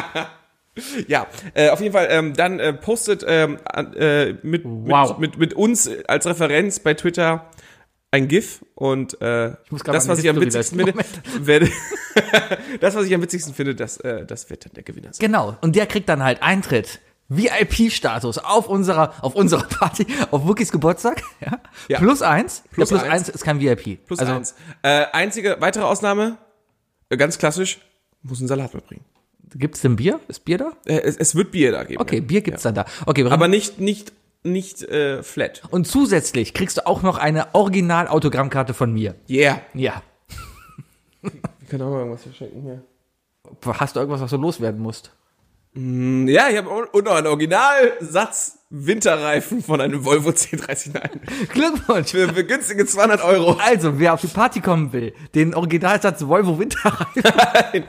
S4: Ja, äh, auf jeden Fall, ähm, dann äh, postet ähm, an- äh, mit,
S3: Wow.
S4: mit, mit, mit uns als Referenz bei Twitter ein GIF und äh,
S3: muss gerade
S4: das,
S3: an
S4: was
S3: die
S4: ich am
S3: History
S4: witzigsten finde,
S3: leisten.
S4: <laughs> werde, das, was ich am witzigsten finde, das, äh, das wird dann der Gewinner sein.
S3: Genau. Und der kriegt dann halt Eintritt. VIP-Status auf unserer, auf unserer Party, auf Wookies Geburtstag, ja.
S4: Ja.
S3: Plus eins.
S4: Plus
S3: ja, plus
S4: eins.
S3: eins ist kein VIP.
S4: Plus
S3: also,
S4: eins. Äh, einzige weitere Ausnahme, äh, ganz klassisch, muss einen Salat mitbringen.
S3: gibt's denn Bier? Ist Bier da?
S4: Äh, es, es wird Bier da geben.
S3: Okay,
S4: ja.
S3: Bier gibt's dann da. Okay, wir
S4: Aber nicht, nicht, nicht äh, flat.
S3: Und zusätzlich kriegst du auch noch eine Original-Autogrammkarte von mir.
S4: Yeah.
S3: Ja.
S4: Wir können auch mal irgendwas verschenken hier.
S3: Hast du irgendwas, was du loswerden musst?
S4: Ja, ich habe auch noch einen Originalsatz Winterreifen von einem Volvo C30. Nein,
S3: Glückwunsch!
S4: für, für günstige 200 Euro.
S3: Also, wer auf die Party kommen will, den Originalsatz Volvo Winterreifen.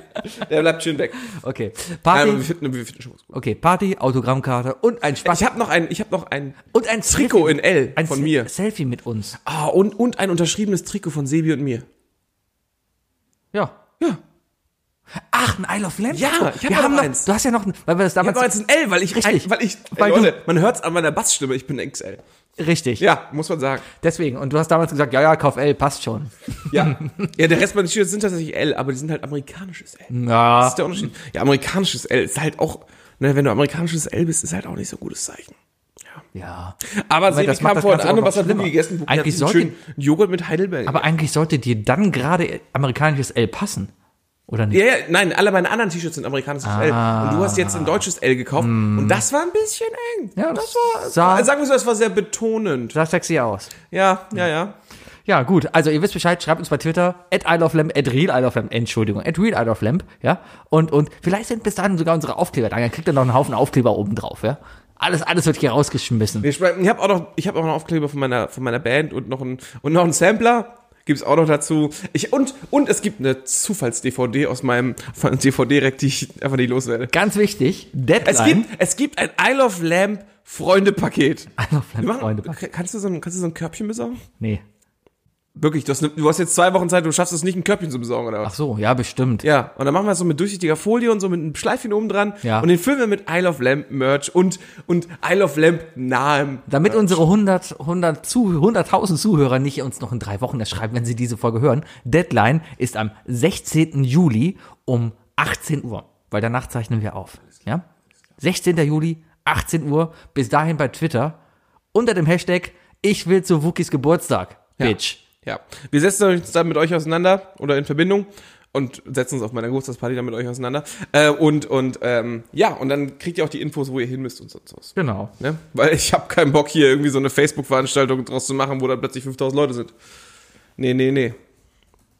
S4: Der bleibt schön weg.
S3: Okay,
S4: Nein, aber wir
S3: Party,
S4: finden, wir finden schon was gut.
S3: okay, Party, Autogrammkarte und ein Spaß
S4: Ich habe noch ein, ich habe noch ein
S3: und ein
S4: Trikot
S3: Selfie.
S4: in L
S3: ein
S4: von
S3: Se-
S4: mir.
S3: Selfie mit uns.
S4: Ah, und, und ein unterschriebenes Trikot von Sebi und mir.
S3: Ja. Ja. Ach, ein Isle of Lamp?
S4: Ja,
S3: Trikot.
S4: ich
S3: wir
S4: hab ja
S3: haben
S4: noch
S3: noch,
S4: eins.
S3: du hast ja noch, weil wir das
S4: Ich hab
S3: damals,
S4: noch jetzt ein L, weil ich,
S3: Richtig.
S4: weil ich,
S3: Weil
S4: ey,
S3: du-
S4: Leute, man hört's an meiner Bassstimme, ich bin XL.
S3: richtig,
S4: Ja, muss man sagen.
S3: deswegen. Und du hast damals gesagt, ja, ja, kauf L, passt schon.
S4: <laughs> Ja. ja, der Rest meiner T-Shirts sind tatsächlich L, aber die sind halt amerikanisches L.
S3: Na,
S4: Das ist der Unterschied. Ja, amerikanisches L ist halt auch, ne, wenn du amerikanisches L bist, ist halt auch nicht so ein gutes Zeichen.
S3: ja.
S4: Aber Sebi
S3: das macht
S4: kam
S3: das
S4: vorhin
S3: Ganze
S4: an und
S3: auch noch
S4: was hat
S3: schlimmer.
S4: Wookie gegessen? Wookie
S3: Eigentlich
S4: hat einen
S3: sollte-
S4: schönen Joghurt mit Heidelberg.
S3: Aber eigentlich sollte dir dann gerade amerikanisches L passen. Oder nicht?
S4: ja, ja, nein, alle meine anderen T-Shirts sind amerikanisches
S3: Ah.
S4: L. Und du hast jetzt ein deutsches L gekauft. Und das war ein bisschen eng.
S3: Hm. Ja,
S4: das
S3: das
S4: war, also-
S3: sah-
S4: sagen wir so, das war sehr betonend.
S3: Sah sexy aus.
S4: Ja, ja, ja.
S3: Ja, gut. Also, ihr wisst Bescheid. Schreibt uns bei Twitter. At ILOFLAMP, at RealILOFLAMP. Entschuldigung. At RealILOFLAMP. Ja. Und, und vielleicht sind bis dahin sogar unsere Aufkleber da. Dann kriegt ihr noch einen Haufen Aufkleber oben drauf. Ja. Alles, alles wird hier rausgeschmissen.
S4: Wir schreiben- Ich habe auch noch, ich habe auch noch Aufkleber von meiner, von meiner Band und noch ein, und noch einen Sampler. Gibt's auch noch dazu. Ich, und, und es gibt eine Zufalls-DVD aus meinem DVD-Rack, die ich einfach nicht loswerde.
S3: Ganz wichtig. Deadline.
S4: Es gibt, es gibt ein Isle of Lamp Freunde-Paket. Wir
S3: ILOFLAMP,
S4: machen-
S3: Also, Freunde.
S4: Kannst du so ein, kannst du so ein Körbchen besorgen?
S3: Nee.
S4: Wirklich, du hast, ne, du hast jetzt zwei Wochen Zeit, du schaffst es nicht, ein Körbchen zu besorgen, oder
S3: Ach
S4: was?
S3: so. Ja, bestimmt.
S4: Ja, und dann machen wir es so mit durchsichtiger Folie und so mit einem Schleifchen oben dran.
S3: Ja.
S4: Und den füllen wir mit Isle of Lamp Merch und, und Isle of Lamp nahem.
S3: Damit unsere 100, 100 zu, 100.000 Zuhörer nicht uns noch in drei Wochen erschreiben, wenn sie diese Folge hören. Deadline ist am 16. Juli um 18 Uhr, weil danach zeichnen wir auf. Ja? 16. Juli, 18 Uhr, bis dahin bei Twitter unter dem Hashtag Ich will zu Wookies Geburtstag, Bitch.
S4: Ja. Wir setzen uns dann mit euch auseinander oder in Verbindung und setzen uns auf meiner Geburtstagsparty dann mit euch auseinander. Äh, und, und, ähm, ja, und dann kriegt ihr auch die Infos, wo ihr hin müsst und so. so.
S3: Genau.
S4: Ne? Weil ich habe keinen Bock, hier irgendwie so eine Facebook-Veranstaltung draus zu machen, wo dann plötzlich 5000 Leute sind. Nee, nee, nee.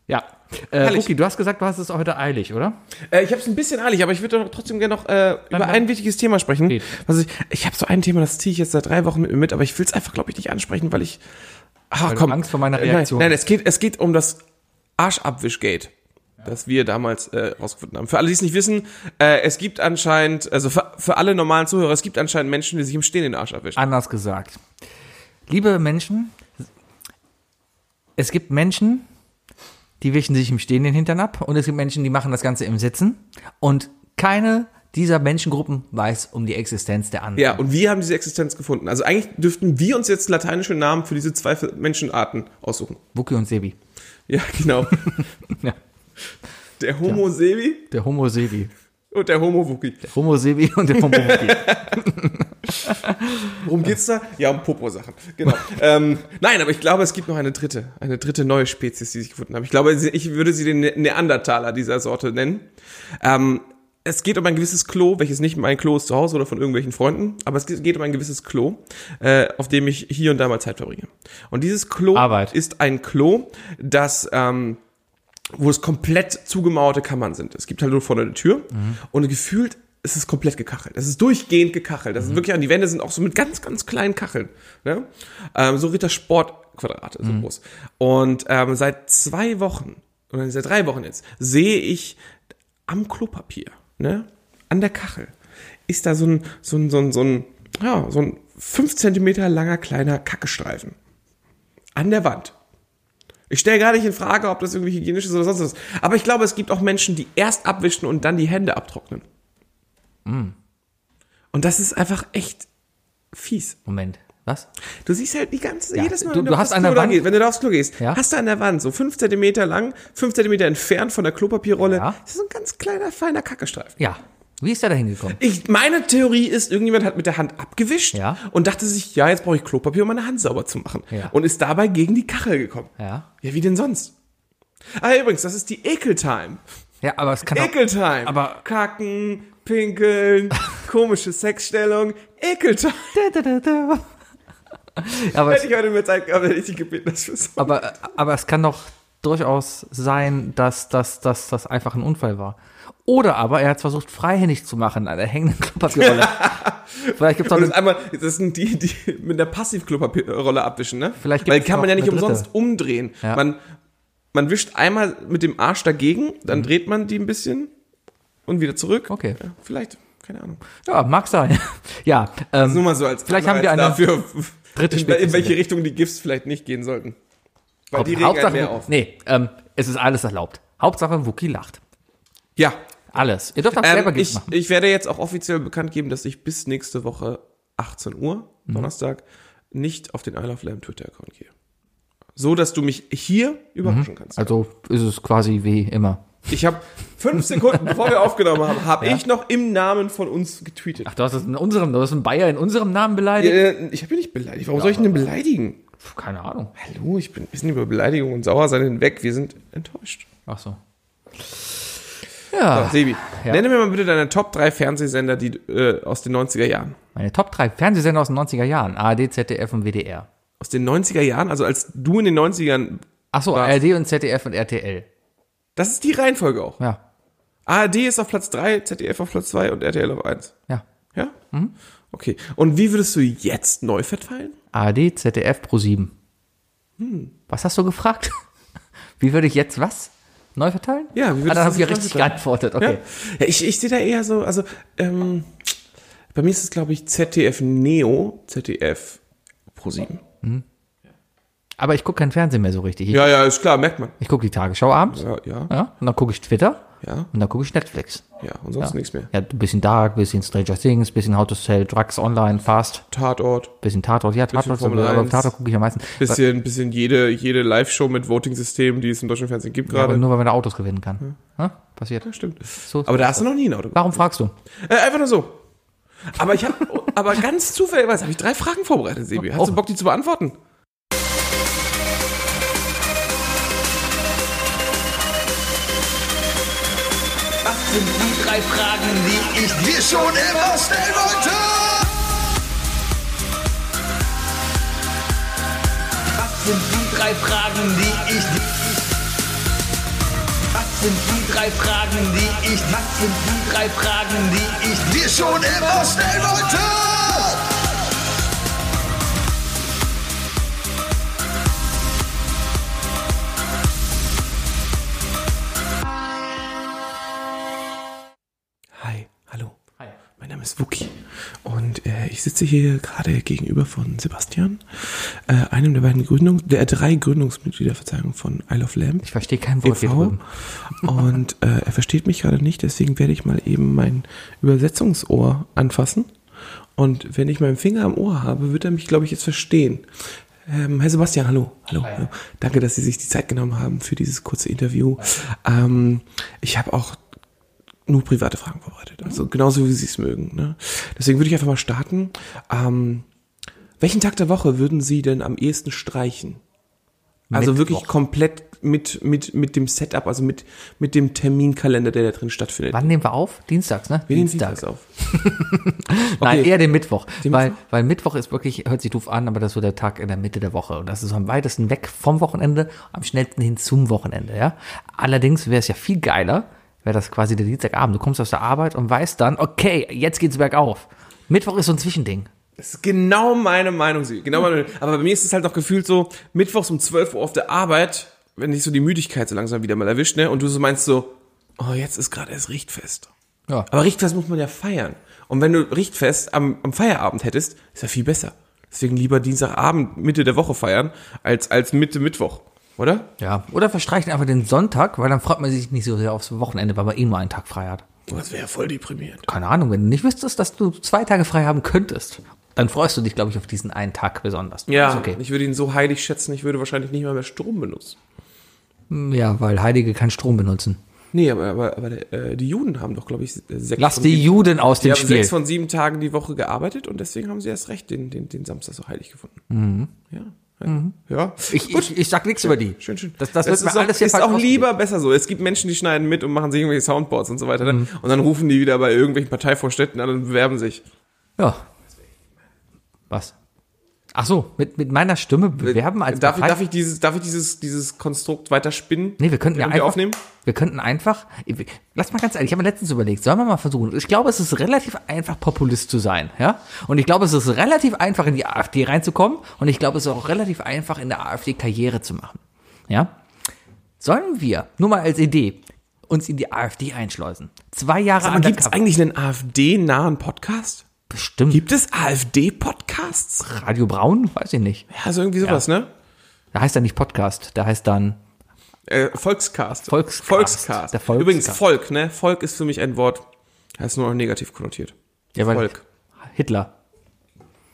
S3: Ja. Äh,
S4: Herrlich.
S3: Wookie, du hast gesagt, du hast es heute eilig, oder?
S4: Äh, ich habe es ein bisschen eilig, aber ich würde doch trotzdem gerne noch äh, über
S3: dann-
S4: ein wichtiges Thema sprechen.
S3: Geht.
S4: Was ich ich habe so ein Thema, das ziehe ich jetzt seit drei Wochen mit mir mit, aber ich will es einfach, glaube ich, nicht ansprechen, weil ich. Ach,
S3: du
S4: komm.
S3: Angst vor meiner
S4: Äh, nein,
S3: Reaktion
S4: Nein, es geht, es geht um das Arschabwischgate, das wir damals äh, rausgefunden haben. Für alle, die es nicht wissen, äh, es gibt anscheinend, also für, für alle normalen Zuhörer, es gibt anscheinend Menschen, die sich im Stehen den Arsch abwischen.
S3: Anders gesagt. Liebe Menschen, es gibt Menschen, die wischen sich im Stehen den Hintern ab und es gibt Menschen, die machen das Ganze im Sitzen und keine dieser Menschengruppen weiß um die Existenz der anderen.
S4: Ja, und wir haben diese Existenz gefunden. Also eigentlich dürften wir uns jetzt lateinische Namen für diese zwei Menschenarten aussuchen.
S3: Wookie und Sebi. <laughs>
S4: Ja, genau.
S3: Ja.
S4: Der Homo Sebi
S3: Der Homo Sebi.
S4: Und der Homo-Wookie.
S3: Homo Sebi und der Homo Wookie.
S4: Worum geht's da? Ja, um Popo-Sachen. Genau. ähm, nein, aber ich glaube, es gibt noch eine dritte, eine dritte neue Spezies, die sich gefunden haben. Ich glaube, sie- ich würde sie den Ne- Neandertaler dieser Sorte nennen. Ähm, es geht um ein gewisses Klo, welches nicht mein Klo ist zu Hause oder von irgendwelchen Freunden, aber es geht um ein gewisses Klo, äh, auf dem ich hier und da mal Zeit verbringe. Und dieses Klo
S3: Arbeit.
S4: ist ein Klo, das ähm, wo es komplett zugemauerte Kammern sind. Es gibt halt nur vorne eine Tür und gefühlt ist es komplett gekachelt. Es ist durchgehend gekachelt. Das ist wirklich an die Wände sind auch so mit ganz, ganz kleinen Kacheln. Ne? Ähm, so Rittersportquadrate, so groß. Und ähm, seit zwei Wochen, oder seit drei Wochen jetzt, sehe ich am Klopapier, ne? An der Kachel, ist da so ein, so ein, so ein, so ein, ja, so ein fünf Zentimeter langer kleiner Kackestreifen. An der Wand. Ich stelle gar nicht in Frage, ob das irgendwie hygienisch ist oder sonst was. Aber ich glaube, es gibt auch Menschen, die erst abwischen und dann die Hände abtrocknen.
S3: Mm.
S4: Und das ist einfach echt fies.
S3: Moment, was?
S4: Du siehst halt die ganze,
S3: Ja,
S4: jedes Mal,
S3: du- du
S4: auf
S3: hast
S4: das
S3: an der
S4: Klo da
S3: Wand-
S4: gehst, wenn du da aufs Klo gehst,
S3: Ja.
S4: hast du an der Wand, so fünf Zentimeter lang, fünf Zentimeter entfernt von der Klopapierrolle,
S3: Ja.
S4: ist so ein ganz kleiner, feiner Kackestreifen.
S3: Ja. Wie ist er da hingekommen?
S4: Ich, meine Theorie ist, irgendjemand hat mit der Hand abgewischt
S3: Ja.
S4: und dachte sich, ja, jetzt brauche ich Klopapier, um meine Hand sauber zu machen.
S3: Ja.
S4: Und ist dabei gegen die Kachel gekommen.
S3: Ja.
S4: Ja, wie denn sonst? Ah, übrigens, das ist die Ekeltime.
S3: Ja, <laughs> aber es kann auch,
S4: Ekeltime.
S3: aber-
S4: Kacken, Pinkeln, komische Sexstellung. Ekeltime.
S3: aber,
S4: <laughs> Hätte
S3: es,
S4: ich heute mehr Zeit gehabt, hätte ich dich gebeten, das für so.
S3: aber, aber es kann doch durchaus sein, dass das dass, dass einfach ein Unfall war. Oder aber er hat es versucht, freihändig zu machen an der hängenden
S4: <laughs>
S3: Klopapierrolle. Vielleicht gibt es auch
S4: Und das
S3: eine,
S4: ist einmal, das sind die, die mit der Passivklopapierrolle abwischen, ne?
S3: Vielleicht
S4: Weil
S3: gibt's
S4: kann man ja
S3: noch
S4: nicht
S3: eine
S4: umsonst umdrehen.
S3: Ja.
S4: Man, man wischt einmal mit dem Arsch dagegen, dann dreht man die ein bisschen und wieder zurück.
S3: Mhm. Okay.
S4: Ja, vielleicht, keine Ahnung.
S3: ja, mag sein. <laughs> ja, ähm,
S4: Nur mal so als
S3: Vielleicht haben
S4: Anreiz
S3: wir eine
S4: dafür,
S3: dritte
S4: in,
S3: Spezies
S4: wel- in welche
S3: entdeckt.
S4: Richtung die Gifts vielleicht nicht gehen sollten. Weil
S3: Haupt-
S4: die regen einen mehr auf.
S3: nee, ähm, es ist alles erlaubt. Hauptsache, Wookie lacht.
S4: Ja,
S3: Alles. Ihr dürft auch selber
S4: ähm,
S3: Gift
S4: ich,
S3: machen.
S4: ich werde jetzt auch offiziell bekannt geben, dass ich bis nächste Woche 18 Uhr,
S3: Mhm.
S4: Donnerstag, nicht auf den Isle of Lamb Twitter-Account gehe. So, dass du mich hier überraschen kannst.
S3: Also ist es quasi wie immer.
S4: Ich habe fünf Sekunden, bevor wir aufgenommen
S3: <laughs>
S4: haben, habe ich noch im Namen von uns getweetet.
S3: Ach, du hast es in unserem, du hast einen Bayer in unserem Namen beleidigt?
S4: Äh, ich habe ihn nicht beleidigt. Warum soll ich ihn denn beleidigen?
S3: Pf, Keine Ahnung.
S4: Hallo, ich bin ein bisschen über Beleidigung und Sauersein hinweg. Wir sind enttäuscht.
S3: Ach so. Ja,
S4: Sebi,
S3: Ah, ja.
S4: nenne mir mal bitte deine Top 3 Fernsehsender die, äh, aus den 90er Jahren.
S3: meine Top 3 Fernsehsender aus den 90er Jahren. ARD, ZDF und WDR.
S4: Aus den 90er Jahren, also als du in den 90ern,
S3: Ach so,
S4: Was?
S3: ARD und ZDF und RTL.
S4: das ist die Reihenfolge auch.
S3: Ja,
S4: ARD ist auf Platz 3, ZDF auf Platz 2 und RTL auf 1.
S3: ja.
S4: Ja? Okay. Und wie würdest du jetzt neu verteilen?
S3: ARD, ZDF, Pro7.
S4: Hm.
S3: Was hast du gefragt? <laughs> Wie würde ich jetzt was? Neu verteilen?
S4: Ja, wie
S3: wie
S4: würdest
S3: würde ah,
S4: du
S3: dann habe ich
S4: das
S3: richtig
S4: neu verteilen?
S3: geantwortet.
S4: Ja,
S3: Okay.
S4: ja ich, ich sehe da eher so, also ähm, bei mir ist es, glaube ich, ZDF Neo, ZDF Pro7.
S3: Aber ich gucke kein Fernsehen mehr so richtig. Ich,
S4: Ja, ja, ist klar, merkt man.
S3: ich gucke die Tagesschau abends.
S4: Ja, ja,
S3: Ja, und dann gucke ich Twitter.
S4: ja,
S3: Und dann gucke ich Netflix.
S4: ja, und sonst nichts mehr.
S3: Ja, ein bisschen Dark, bisschen Stranger Things, bisschen How to Sell Drugs Online, Fast,
S4: Tatort,
S3: bisschen Tatort. Ja, Tatort,
S4: Formel
S3: aber
S4: 1.
S3: Tatort gucke ich am meisten.
S4: bisschen, bisschen jede, jede Live-Show mit Voting-System, die es im deutschen Fernsehen gibt
S3: Aber
S4: gerade.
S3: nur, weil man da Autos gewinnen kann. Ja, passiert.
S4: Ja, stimmt.
S3: So-
S4: aber da hast du noch nie ein Auto gemacht.
S3: Warum fragst du?
S4: Äh, einfach nur so. Aber ich habe, aber ganz zufälligerweise habe ich drei Fragen vorbereitet, Sebi. Hast du
S3: Oh.
S4: Bock, die zu beantworten?
S1: Das sind die drei Fragen, die ich dir schon immer stellen wollte. Was sind die drei Fragen, die ich dir... Was sind die drei Fragen, die ich... Was sind die drei Fragen, die ich dir schon immer stellen wollte?
S4: Hi, hallo.
S3: Hi.
S4: Mein Name ist Wookie und äh, ich sitze hier gerade gegenüber von Sebastian, äh, einem der beiden Gründungs der äh, drei Gründungsmitglieder Verzeihung von Isle of Lamb
S3: Ich verstehe kein Wort hier
S4: e.V.
S3: drüben.
S4: und äh, er versteht mich gerade nicht, deswegen werde ich mal eben mein Übersetzungsohr anfassen und wenn ich meinen Finger am Ohr habe, wird er mich glaube ich jetzt verstehen. Ähm, Herr Sebastian, hallo. Hallo, hallo. Danke, dass Sie sich die Zeit genommen haben für dieses kurze Interview. Ähm, ich habe auch nur private Fragen vorbereitet. Also genauso wie Sie es mögen. Ne? Deswegen würde ich einfach mal starten. Ähm, welchen Tag der Woche würden Sie denn am ehesten streichen? Also wirklich
S3: Mittwoch.
S4: komplett mit, mit, mit dem Setup, also mit, mit dem Terminkalender, der da drin stattfindet.
S3: Wann nehmen wir auf? Dienstags, ne?
S4: Wir nehmen Dienstags auf.
S3: Nein,
S4: Okay.
S3: eher den Mittwoch.
S4: Den
S3: weil, weil Mittwoch ist wirklich, hört sich doof an, aber das ist so der Tag in der Mitte der Woche. Und das ist so am weitesten weg vom Wochenende, am schnellsten hin zum Wochenende, ja. Allerdings wäre es ja viel geiler, wäre das quasi der Dienstagabend. Du kommst aus der Arbeit und weißt dann, okay, jetzt geht's bergauf. Mittwoch ist so ein Zwischending.
S4: Das ist genau meine Meinung, Sie. Genau meine Meinung. Aber bei mir ist es halt noch gefühlt so, mittwochs um 12 Uhr auf der Arbeit, wenn dich so die Müdigkeit so langsam wieder mal erwischt, ne? Und du so meinst so, oh, jetzt ist gerade erst Richtfest.
S3: Ja.
S4: Aber Richtfest muss man ja feiern. Und wenn du Richtfest am, am Feierabend hättest, ist ja viel besser. Deswegen lieber Dienstagabend, Mitte der Woche feiern, als, als Mitte Mittwoch. Oder?
S3: Ja. Oder verstreichen einfach den Sonntag, weil dann freut man sich nicht so sehr aufs Wochenende, weil man eh nur einen Tag frei hat.
S4: Oh, Das wäre ja voll deprimierend.
S3: Keine Ahnung, wenn du nicht wüsstest, dass du zwei Tage frei haben könntest, dann freust du dich, glaube ich, auf diesen einen Tag besonders.
S4: Ja,
S3: Ist okay.
S4: ich würde ihn so heilig schätzen, ich würde wahrscheinlich nicht mal mehr Strom benutzen.
S3: Ja, weil Heilige keinen Strom benutzen.
S4: Nee, aber, aber, aber äh, die Juden haben doch, glaube ich, sechs
S3: Lass
S4: von
S3: die
S4: sieben-
S3: Juden aus
S4: Die
S3: dem
S4: haben
S3: Spiel.
S4: sechs von sieben Tagen die Woche gearbeitet und deswegen haben sie erst recht den, den, den Samstag so heilig gefunden. Ja. Ja. ja.
S3: Mhm. Ich, ich, ich sag nichts über die.
S4: Schön, schön.
S3: Das, das, wird
S4: ist
S3: mir
S4: auch,
S3: alles hier
S4: ist
S3: falsch
S4: auch
S3: ausgelegt.
S4: lieber besser so. Es gibt Menschen, die schneiden mit und machen sich irgendwelche Soundboards und so weiter.
S3: Mhm.
S4: ne? Und dann rufen die wieder bei irgendwelchen Parteivorstädten an und bewerben sich.
S3: Ja. Was? Ach so, mit, mit meiner Stimme bewerben als
S4: darf, ich,
S3: Partei-
S4: darf ich dieses, darf ich dieses, dieses Konstrukt weiterspinnen?
S3: Nee, wir könnten ja
S4: Während wir
S3: einfach
S4: aufnehmen?
S3: Wir könnten einfach Lass mal ganz ehrlich, ich habe mir letztens überlegt, sollen wir mal versuchen. Ich glaube, es ist relativ einfach Populist zu sein, ja? Und ich glaube, es ist relativ einfach in die AFD reinzukommen und ich glaube, es ist auch relativ einfach in der AFD Karriere zu machen. Ja? Sollen wir nur mal als Idee uns in die AFD einschleusen? Zwei Jahre
S4: Aber gibt es
S3: undercover.
S4: eigentlich einen AfD-nahen Podcast?
S3: bestimmt
S4: Gibt es AfD-Podcasts?
S3: Radio Braun, weiß ich nicht.
S4: Ja, also irgendwie sowas, ne?
S3: Da heißt er nicht Podcast, da heißt dann
S4: Äh, Volkscast.
S3: Volkscast.
S4: Volkscast.
S3: Der Volkscast.
S4: Übrigens, Volk, ne? Volk ist für mich ein Wort, das ist nur noch negativ konnotiert.
S3: ja, weil-
S4: Volk.
S3: Hitler.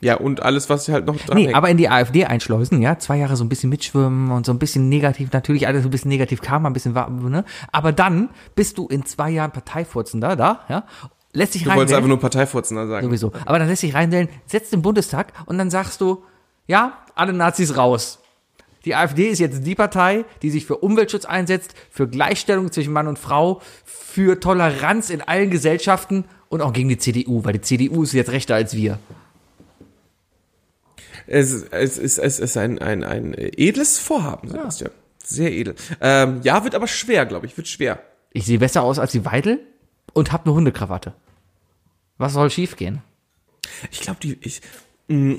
S4: Ja, und alles, was halt noch dran
S3: Nee,
S4: hängt.
S3: aber in die AfD einschleusen, ja, zwei Jahre so ein bisschen mitschwimmen und so ein bisschen negativ, natürlich alles so ein bisschen negativ Karma, ein bisschen, wa- ne, aber dann bist du in zwei Jahren Parteifurzender da, ja, lässt sich
S4: du wolltest einfach
S3: reinwählen,
S4: nur Parteifurzender sagen.
S3: sowieso, aber dann lässt sich reinwählen, setzt den Bundestag und dann sagst du, ja, alle Nazis raus. Die AfD ist jetzt die Partei, die sich für Umweltschutz einsetzt, für Gleichstellung zwischen Mann und Frau, für Toleranz in allen Gesellschaften und auch gegen die CDU, weil die CDU ist jetzt rechter als wir.
S4: Es, ist- es ist, es ist ein, ein, ein edles Vorhaben, Sebastian. Sehr edel. Ähm, ja, wird aber schwer, glaube ich. Wird schwer.
S3: Ich sehe besser aus als die Weidel und habe eine Hundekrawatte. Was soll schiefgehen?
S4: Ich glaube, die, ich, mh,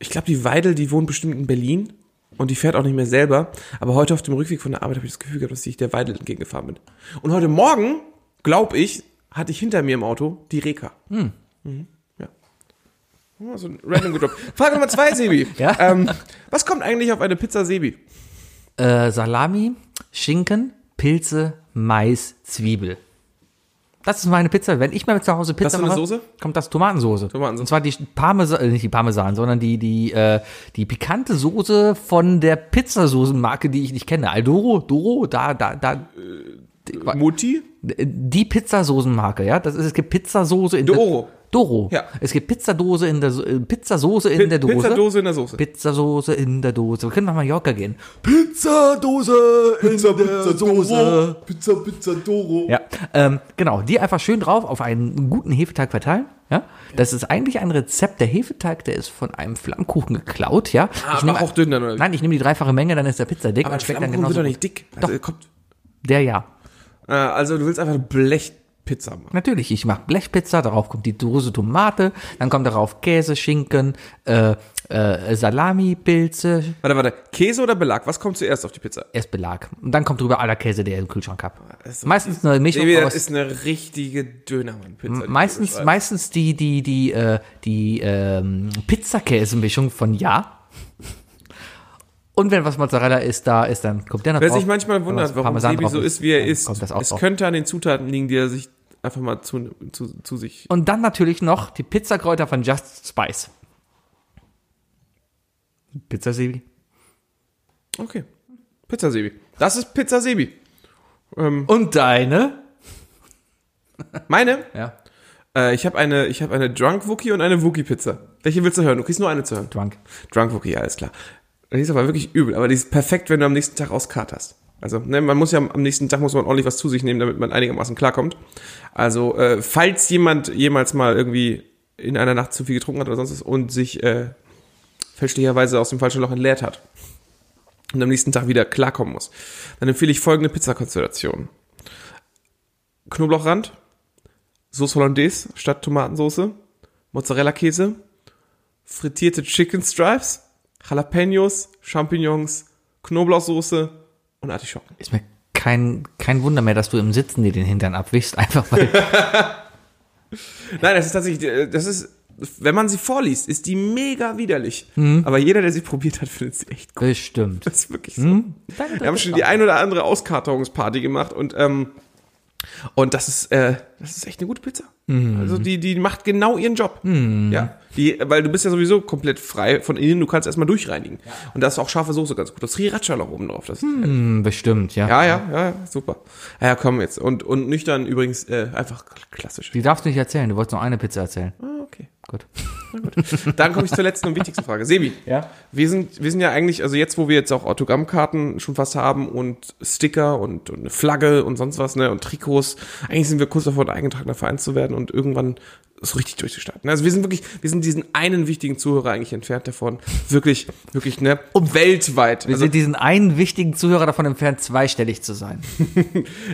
S4: ich glaube, die Weidel, die wohnt bestimmt in Berlin und die fährt auch nicht mehr selber. Aber heute auf dem Rückweg von der Arbeit habe ich das Gefühl gehabt, dass ich der Weidel entgegengefahren bin. Und heute Morgen, glaube ich, hatte ich hinter mir im Auto die Reka. Hm. Mhm. Ja. Oh, So ein
S3: <laughs>
S4: random gedroppt. Frage Nummer zwei, Sebi.
S3: Ja.
S4: Ähm, was kommt eigentlich auf eine Pizza, Sebi?
S3: Äh, Salami, Schinken, Pilze, Mais, Zwiebel. Das ist meine Pizza. Wenn ich mal zu Hause Pizza
S4: Was für eine
S3: mache,
S4: Soße?
S3: kommt das Tomatensoße.
S4: Tomatensoße.
S3: Und zwar die Parmesan, äh, nicht die Parmesan, sondern die die äh, die pikante Soße von der Pizzasoßenmarke, die ich nicht kenne. Aldoro, Doro, da da da
S4: Mutti?
S3: die Pizzasoßenmarke, ja? Das ist es gibt Pizzasoße in
S4: Doro.
S3: der Doro.
S4: Ja.
S3: Es gibt Pizzadose in der So- äh, Pizzasauce in der Dose.
S4: Pizzadose in der Soße.
S3: Pizzasoße in der Dose. Wir können nach Mallorca gehen. Pizzadose in der Soße.
S4: Pizza, Pizza, Doro.
S3: Ja, ähm, genau. Die einfach schön drauf auf einen guten Hefeteig verteilen. Ja, das ist eigentlich ein Rezept. Der Hefeteig, der ist von einem Flammkuchen geklaut. Ja,
S4: Ah,
S3: Ich nehm-
S4: aber auch dünn dann, oder wie?
S3: Nein, ich nehme die dreifache Menge, dann ist der Pizza dick
S4: Aber ein
S3: und schmeckt dann
S4: Flammkuchen wird
S3: genauso.
S4: doch
S3: Gut.
S4: nicht dick. Also, kommt,
S3: Der ja.
S4: äh, also du willst einfach eine Blechpizza machen.
S3: Natürlich, ich mache Blechpizza, darauf kommt die Dose Tomate, dann kommt darauf Käse, Schinken, äh, äh, Salami, Pilze,
S4: Warte, warte. Käse oder Belag? Was kommt zuerst auf die Pizza?
S3: erst Belag. Und dann kommt drüber aller Käse, der ihr im Kühlschrank habt.
S4: Das-
S3: Meistens eine Mischung
S4: Sebi, Also das
S3: aus,
S4: ist eine richtige Dönermann-Pizza. die du
S3: meistens,
S4: beschreibst.
S3: meistens die, die, die, äh, die ähm, Pizzakäsemischung von Ja. Und wenn was Mozzarella ist, da ist, dann kommt der noch
S4: Wer
S3: drauf.
S4: sich manchmal
S3: Wenn
S4: wundert,
S3: was
S4: warum
S3: Parmesan
S4: Sebi
S3: drauf
S4: so ist, wie er
S3: dann
S4: ist,
S3: Kommt das auch
S4: es
S3: drauf.
S4: könnte an den Zutaten liegen, die er sich einfach mal zu, zu, zu sich...
S3: Und dann natürlich noch die Pizzakräuter von Just Spice. Pizza Sebi.
S4: Okay. Pizza Sebi. Das ist Pizza Sebi.
S3: Und deine?
S4: Meine?
S3: Ja.
S4: Äh, ich habe eine, ich habe eine Drunk Wookie und eine Wookie Pizza. Welche willst du hören? Du kriegst nur eine zu hören.
S3: Drunk.
S4: Drunk Wookie, alles klar. Die ist aber wirklich übel, aber die ist perfekt, wenn du am nächsten Tag aus katerst. Also, ne, man muss ja am am nächsten Tag muss man ordentlich was zu sich nehmen, damit man einigermaßen klarkommt. Also, äh, falls jemand jemals mal irgendwie in einer Nacht zu viel getrunken hat oder sonst was und sich äh, fälschlicherweise aus dem falschen Loch entleert hat und am nächsten Tag wieder klarkommen muss, dann empfehle ich folgende Pizzakonstellation. Knoblauchrand, Sauce Hollandaise statt Tomatensoße, Mozzarella-Käse, frittierte Chicken Stripes, Jalapenos, Champignons, Knoblauchsoße und Artischocken.
S3: Ist mir kein, kein Wunder mehr, dass du im Sitzen dir den Hintern abwischst, <laughs> einfach
S4: <laughs>
S3: weil.
S4: Nein, das ist tatsächlich, äh, das ist, wenn man sie vorliest, ist die mega widerlich. Aber jeder, der sie probiert hat, findet sie echt gut.
S3: Bestimmt.
S4: Das ist wirklich so. Wir haben schon die ein oder andere Auskarterungsparty gemacht und, ähm, und das ist, äh, das ist echt eine gute Pizza. Also die, die macht genau ihren Job. Ja. Die, weil du bist ja sowieso komplett frei von innen, du kannst erstmal durchreinigen. Und da ist auch scharfe Soße ganz gut. Das Sriracha noch oben drauf. Das,
S3: Hm, Bestimmt, ja.
S4: Ja, ja, ja, ja, super. Ja, ja, komm jetzt. Und, und nüchtern übrigens äh, einfach klassisch.
S3: Die darfst du nicht erzählen, du wolltest nur eine Pizza erzählen.
S4: Ah, okay.
S3: Gut.
S4: Dann komme ich zur letzten und wichtigsten Frage. Sebi,
S3: <laughs> Ja?
S4: wir sind, wir sind ja eigentlich, also jetzt, wo wir jetzt auch Autogrammkarten schon fast haben und Sticker und, und eine Flagge und sonst was, ne, und Trikots, eigentlich sind wir kurz davor, ein eingetragener Verein zu werden und irgendwann so richtig durchzustarten. Also wir sind wirklich, wir sind diesen einen wichtigen Zuhörer eigentlich entfernt davon. Wirklich, wirklich, ne, um weltweit.
S3: Wir
S4: Also,
S3: sind diesen einen wichtigen Zuhörer davon entfernt, zweistellig zu sein.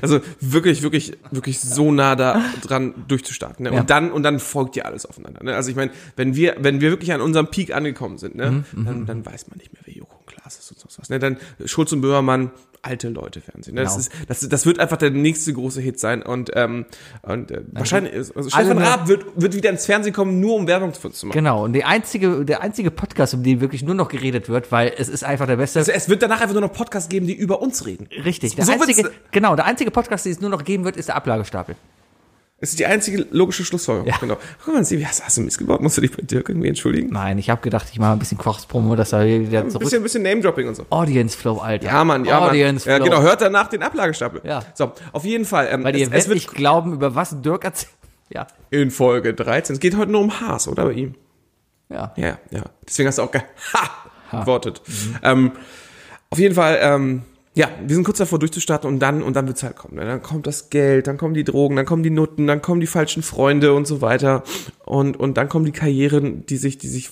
S4: also wirklich, wirklich, wirklich so nah da dran durchzustarten. Ne? Und
S3: Ja.
S4: dann und dann folgt ja alles aufeinander. Ne? Also ich meine, wenn wir, wenn wir wirklich an unserem Peak angekommen sind, ne,
S3: Mhm,
S4: dann, dann weiß man nicht mehr, wer Joko und Klaas ist und sonst was. Ne? Dann Schulz und Böhmermann, alte Leute Fernsehen. Ne? Das,
S3: Genau.
S4: ist, das, das wird einfach der nächste große Hit sein. Und, ähm, und äh, wahrscheinlich, ist- also
S3: alle
S4: Stefan
S3: nur-
S4: Raab wird, wird wieder ins Fernsehen kommen, nur um Werbung für uns zu machen.
S3: Genau. Und die einzige, der einzige Podcast, um den wirklich nur noch geredet wird, weil es ist einfach der beste.
S4: Also es wird danach einfach nur noch Podcasts geben, die über uns reden.
S3: Richtig. Der
S4: So wird's-
S3: einzige, genau, der einzige Podcast, den es nur noch geben wird, ist der Ablagestapel.
S4: Es ist die einzige logische Schlussfolgerung.
S3: Ja.
S4: Genau. Guck mal, Sebi, hast, hast du missgebaut? Musst du dich bei Dirk irgendwie entschuldigen?
S3: Nein, ich habe gedacht, ich mache ein bisschen Kochspromo, dass er wieder
S4: Ein
S3: zurück.
S4: bisschen, ein bisschen Name-Dropping und so.
S3: Audience Flow, Alter.
S4: Ja, Mann, ja, Mann.
S3: Audience
S4: Ja,
S3: Flow.
S4: genau, hört danach den Ablagestapel.
S3: Ja.
S4: So, auf jeden Fall. Ähm,
S3: Weil die
S4: es, es
S3: werdet
S4: wird
S3: nicht glauben, über was Dirk erzählt. <laughs> Ja,
S4: in Folge 13. Es geht heute nur um Haas, oder bei ihm?
S3: ja.
S4: Ja, ja. Deswegen hast du auch ge ha gewortet.
S3: Mhm.
S4: Ähm, auf jeden Fall, ähm, ja, wir sind kurz davor durchzustarten und dann, und dann wird's halt kommen. ne? Dann kommt das Geld, dann kommen die Drogen, dann kommen die Nutten, dann kommen die falschen Freunde und so weiter. Und, und dann kommen die Karrieren, die sich, die sich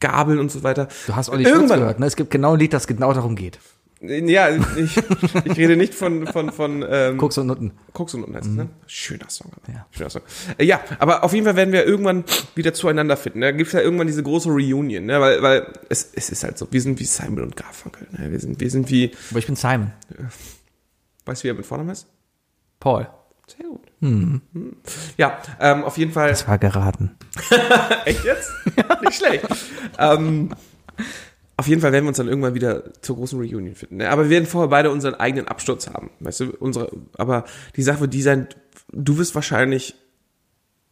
S4: gabeln und so weiter.
S3: Du hast Olli Schulz
S4: Irgendwann,
S3: gehört, ne? Es gibt genau ein Lied, das genau darum geht.
S4: Ja, ich, <laughs> ich rede nicht von, von, von, ähm,
S3: Guckst und Nutten.
S4: Koks und Nutten heißt es, ne? Schöner Song. aber.
S3: Mhm. Ja.
S4: Schöner Song. Äh, ja, aber auf jeden Fall werden wir irgendwann wieder zueinander finden. ne? Da gibt's ja irgendwann diese große Reunion, ne? Weil, weil es, es ist halt so, wir sind wie Simon und Garfunkel. Ne? Wir, sind, wir sind wie,
S3: Aber ich bin Simon.
S4: weißt du, wie er mit Vornamen ist?
S3: Paul.
S4: Sehr gut. Hm. Ja, ähm, auf jeden Fall.
S3: Das war geraten.
S4: Echt jetzt? <laughs> Nicht schlecht. ähm, auf jeden Fall werden wir uns dann irgendwann wieder zur großen Reunion finden. ne? Aber wir werden vorher beide unseren eigenen Absturz haben. Weißt du, unsere, aber die Sache wird die sein, du wirst wahrscheinlich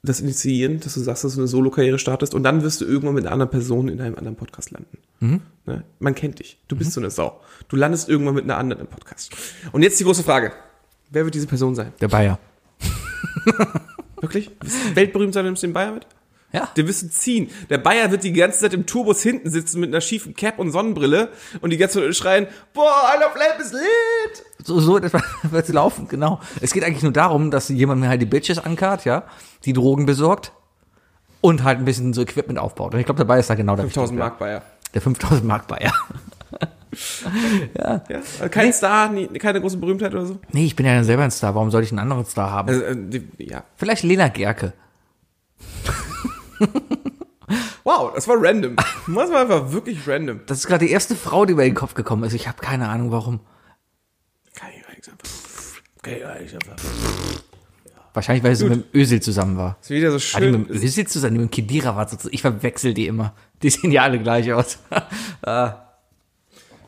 S4: das initiieren, dass du sagst, dass du eine Solo-Karriere startest und dann wirst du irgendwann mit einer anderen Person in einem anderen Podcast landen. Ne? Man kennt dich. Du bist so eine Sau. Du landest irgendwann mit einer anderen im Podcast. Und jetzt die große Frage. Wer wird diese Person sein?
S3: Der Bayer.
S4: Wirklich? Willst du Weltberühmt sein, nimmst du den Bayer mit?
S3: Ja.
S4: Der wirst du ziehen. Der Bayer wird die ganze Zeit im Turbus hinten sitzen mit einer schiefen Cap und Sonnenbrille und die ganze Zeit schreien, boah, I love Lamp is lit.
S3: So, so wird es <laughs> laufen, genau. Es geht eigentlich nur darum, dass jemand mir halt die Bitches ankart, ja, die Drogen besorgt und halt ein bisschen so Equipment aufbaut. Und ich glaube, dabei ist da genau der
S4: 1000
S3: richtige.
S4: Mark Bayer.
S3: Der 5000 Mark Bayer.
S4: Ja. Also Kein Star, nie, keine große Berühmtheit oder so.
S3: <laughs> Nee, ich bin ja selber ein Star. Warum soll ich einen anderen Star haben?
S4: Also, äh, die, ja.
S3: Vielleicht Lena Gerke.
S4: Wow, das war random. <laughs> Das war einfach wirklich random.
S3: Das ist gerade die erste Frau, die mir in den Kopf gekommen ist. Ich habe keine Ahnung, warum.
S4: Kann ich eigentlich einfach. Kann ich eigentlich einfach.
S3: Wahrscheinlich, weil sie mit dem Ösel zusammen war.
S4: Ist wieder so
S3: War die mit
S4: schön.
S3: dem Ösel zusammen? Die mit dem Kedira war zusammen. Ich verwechsel die immer. Die sehen ja alle gleich aus. <laughs> Ah.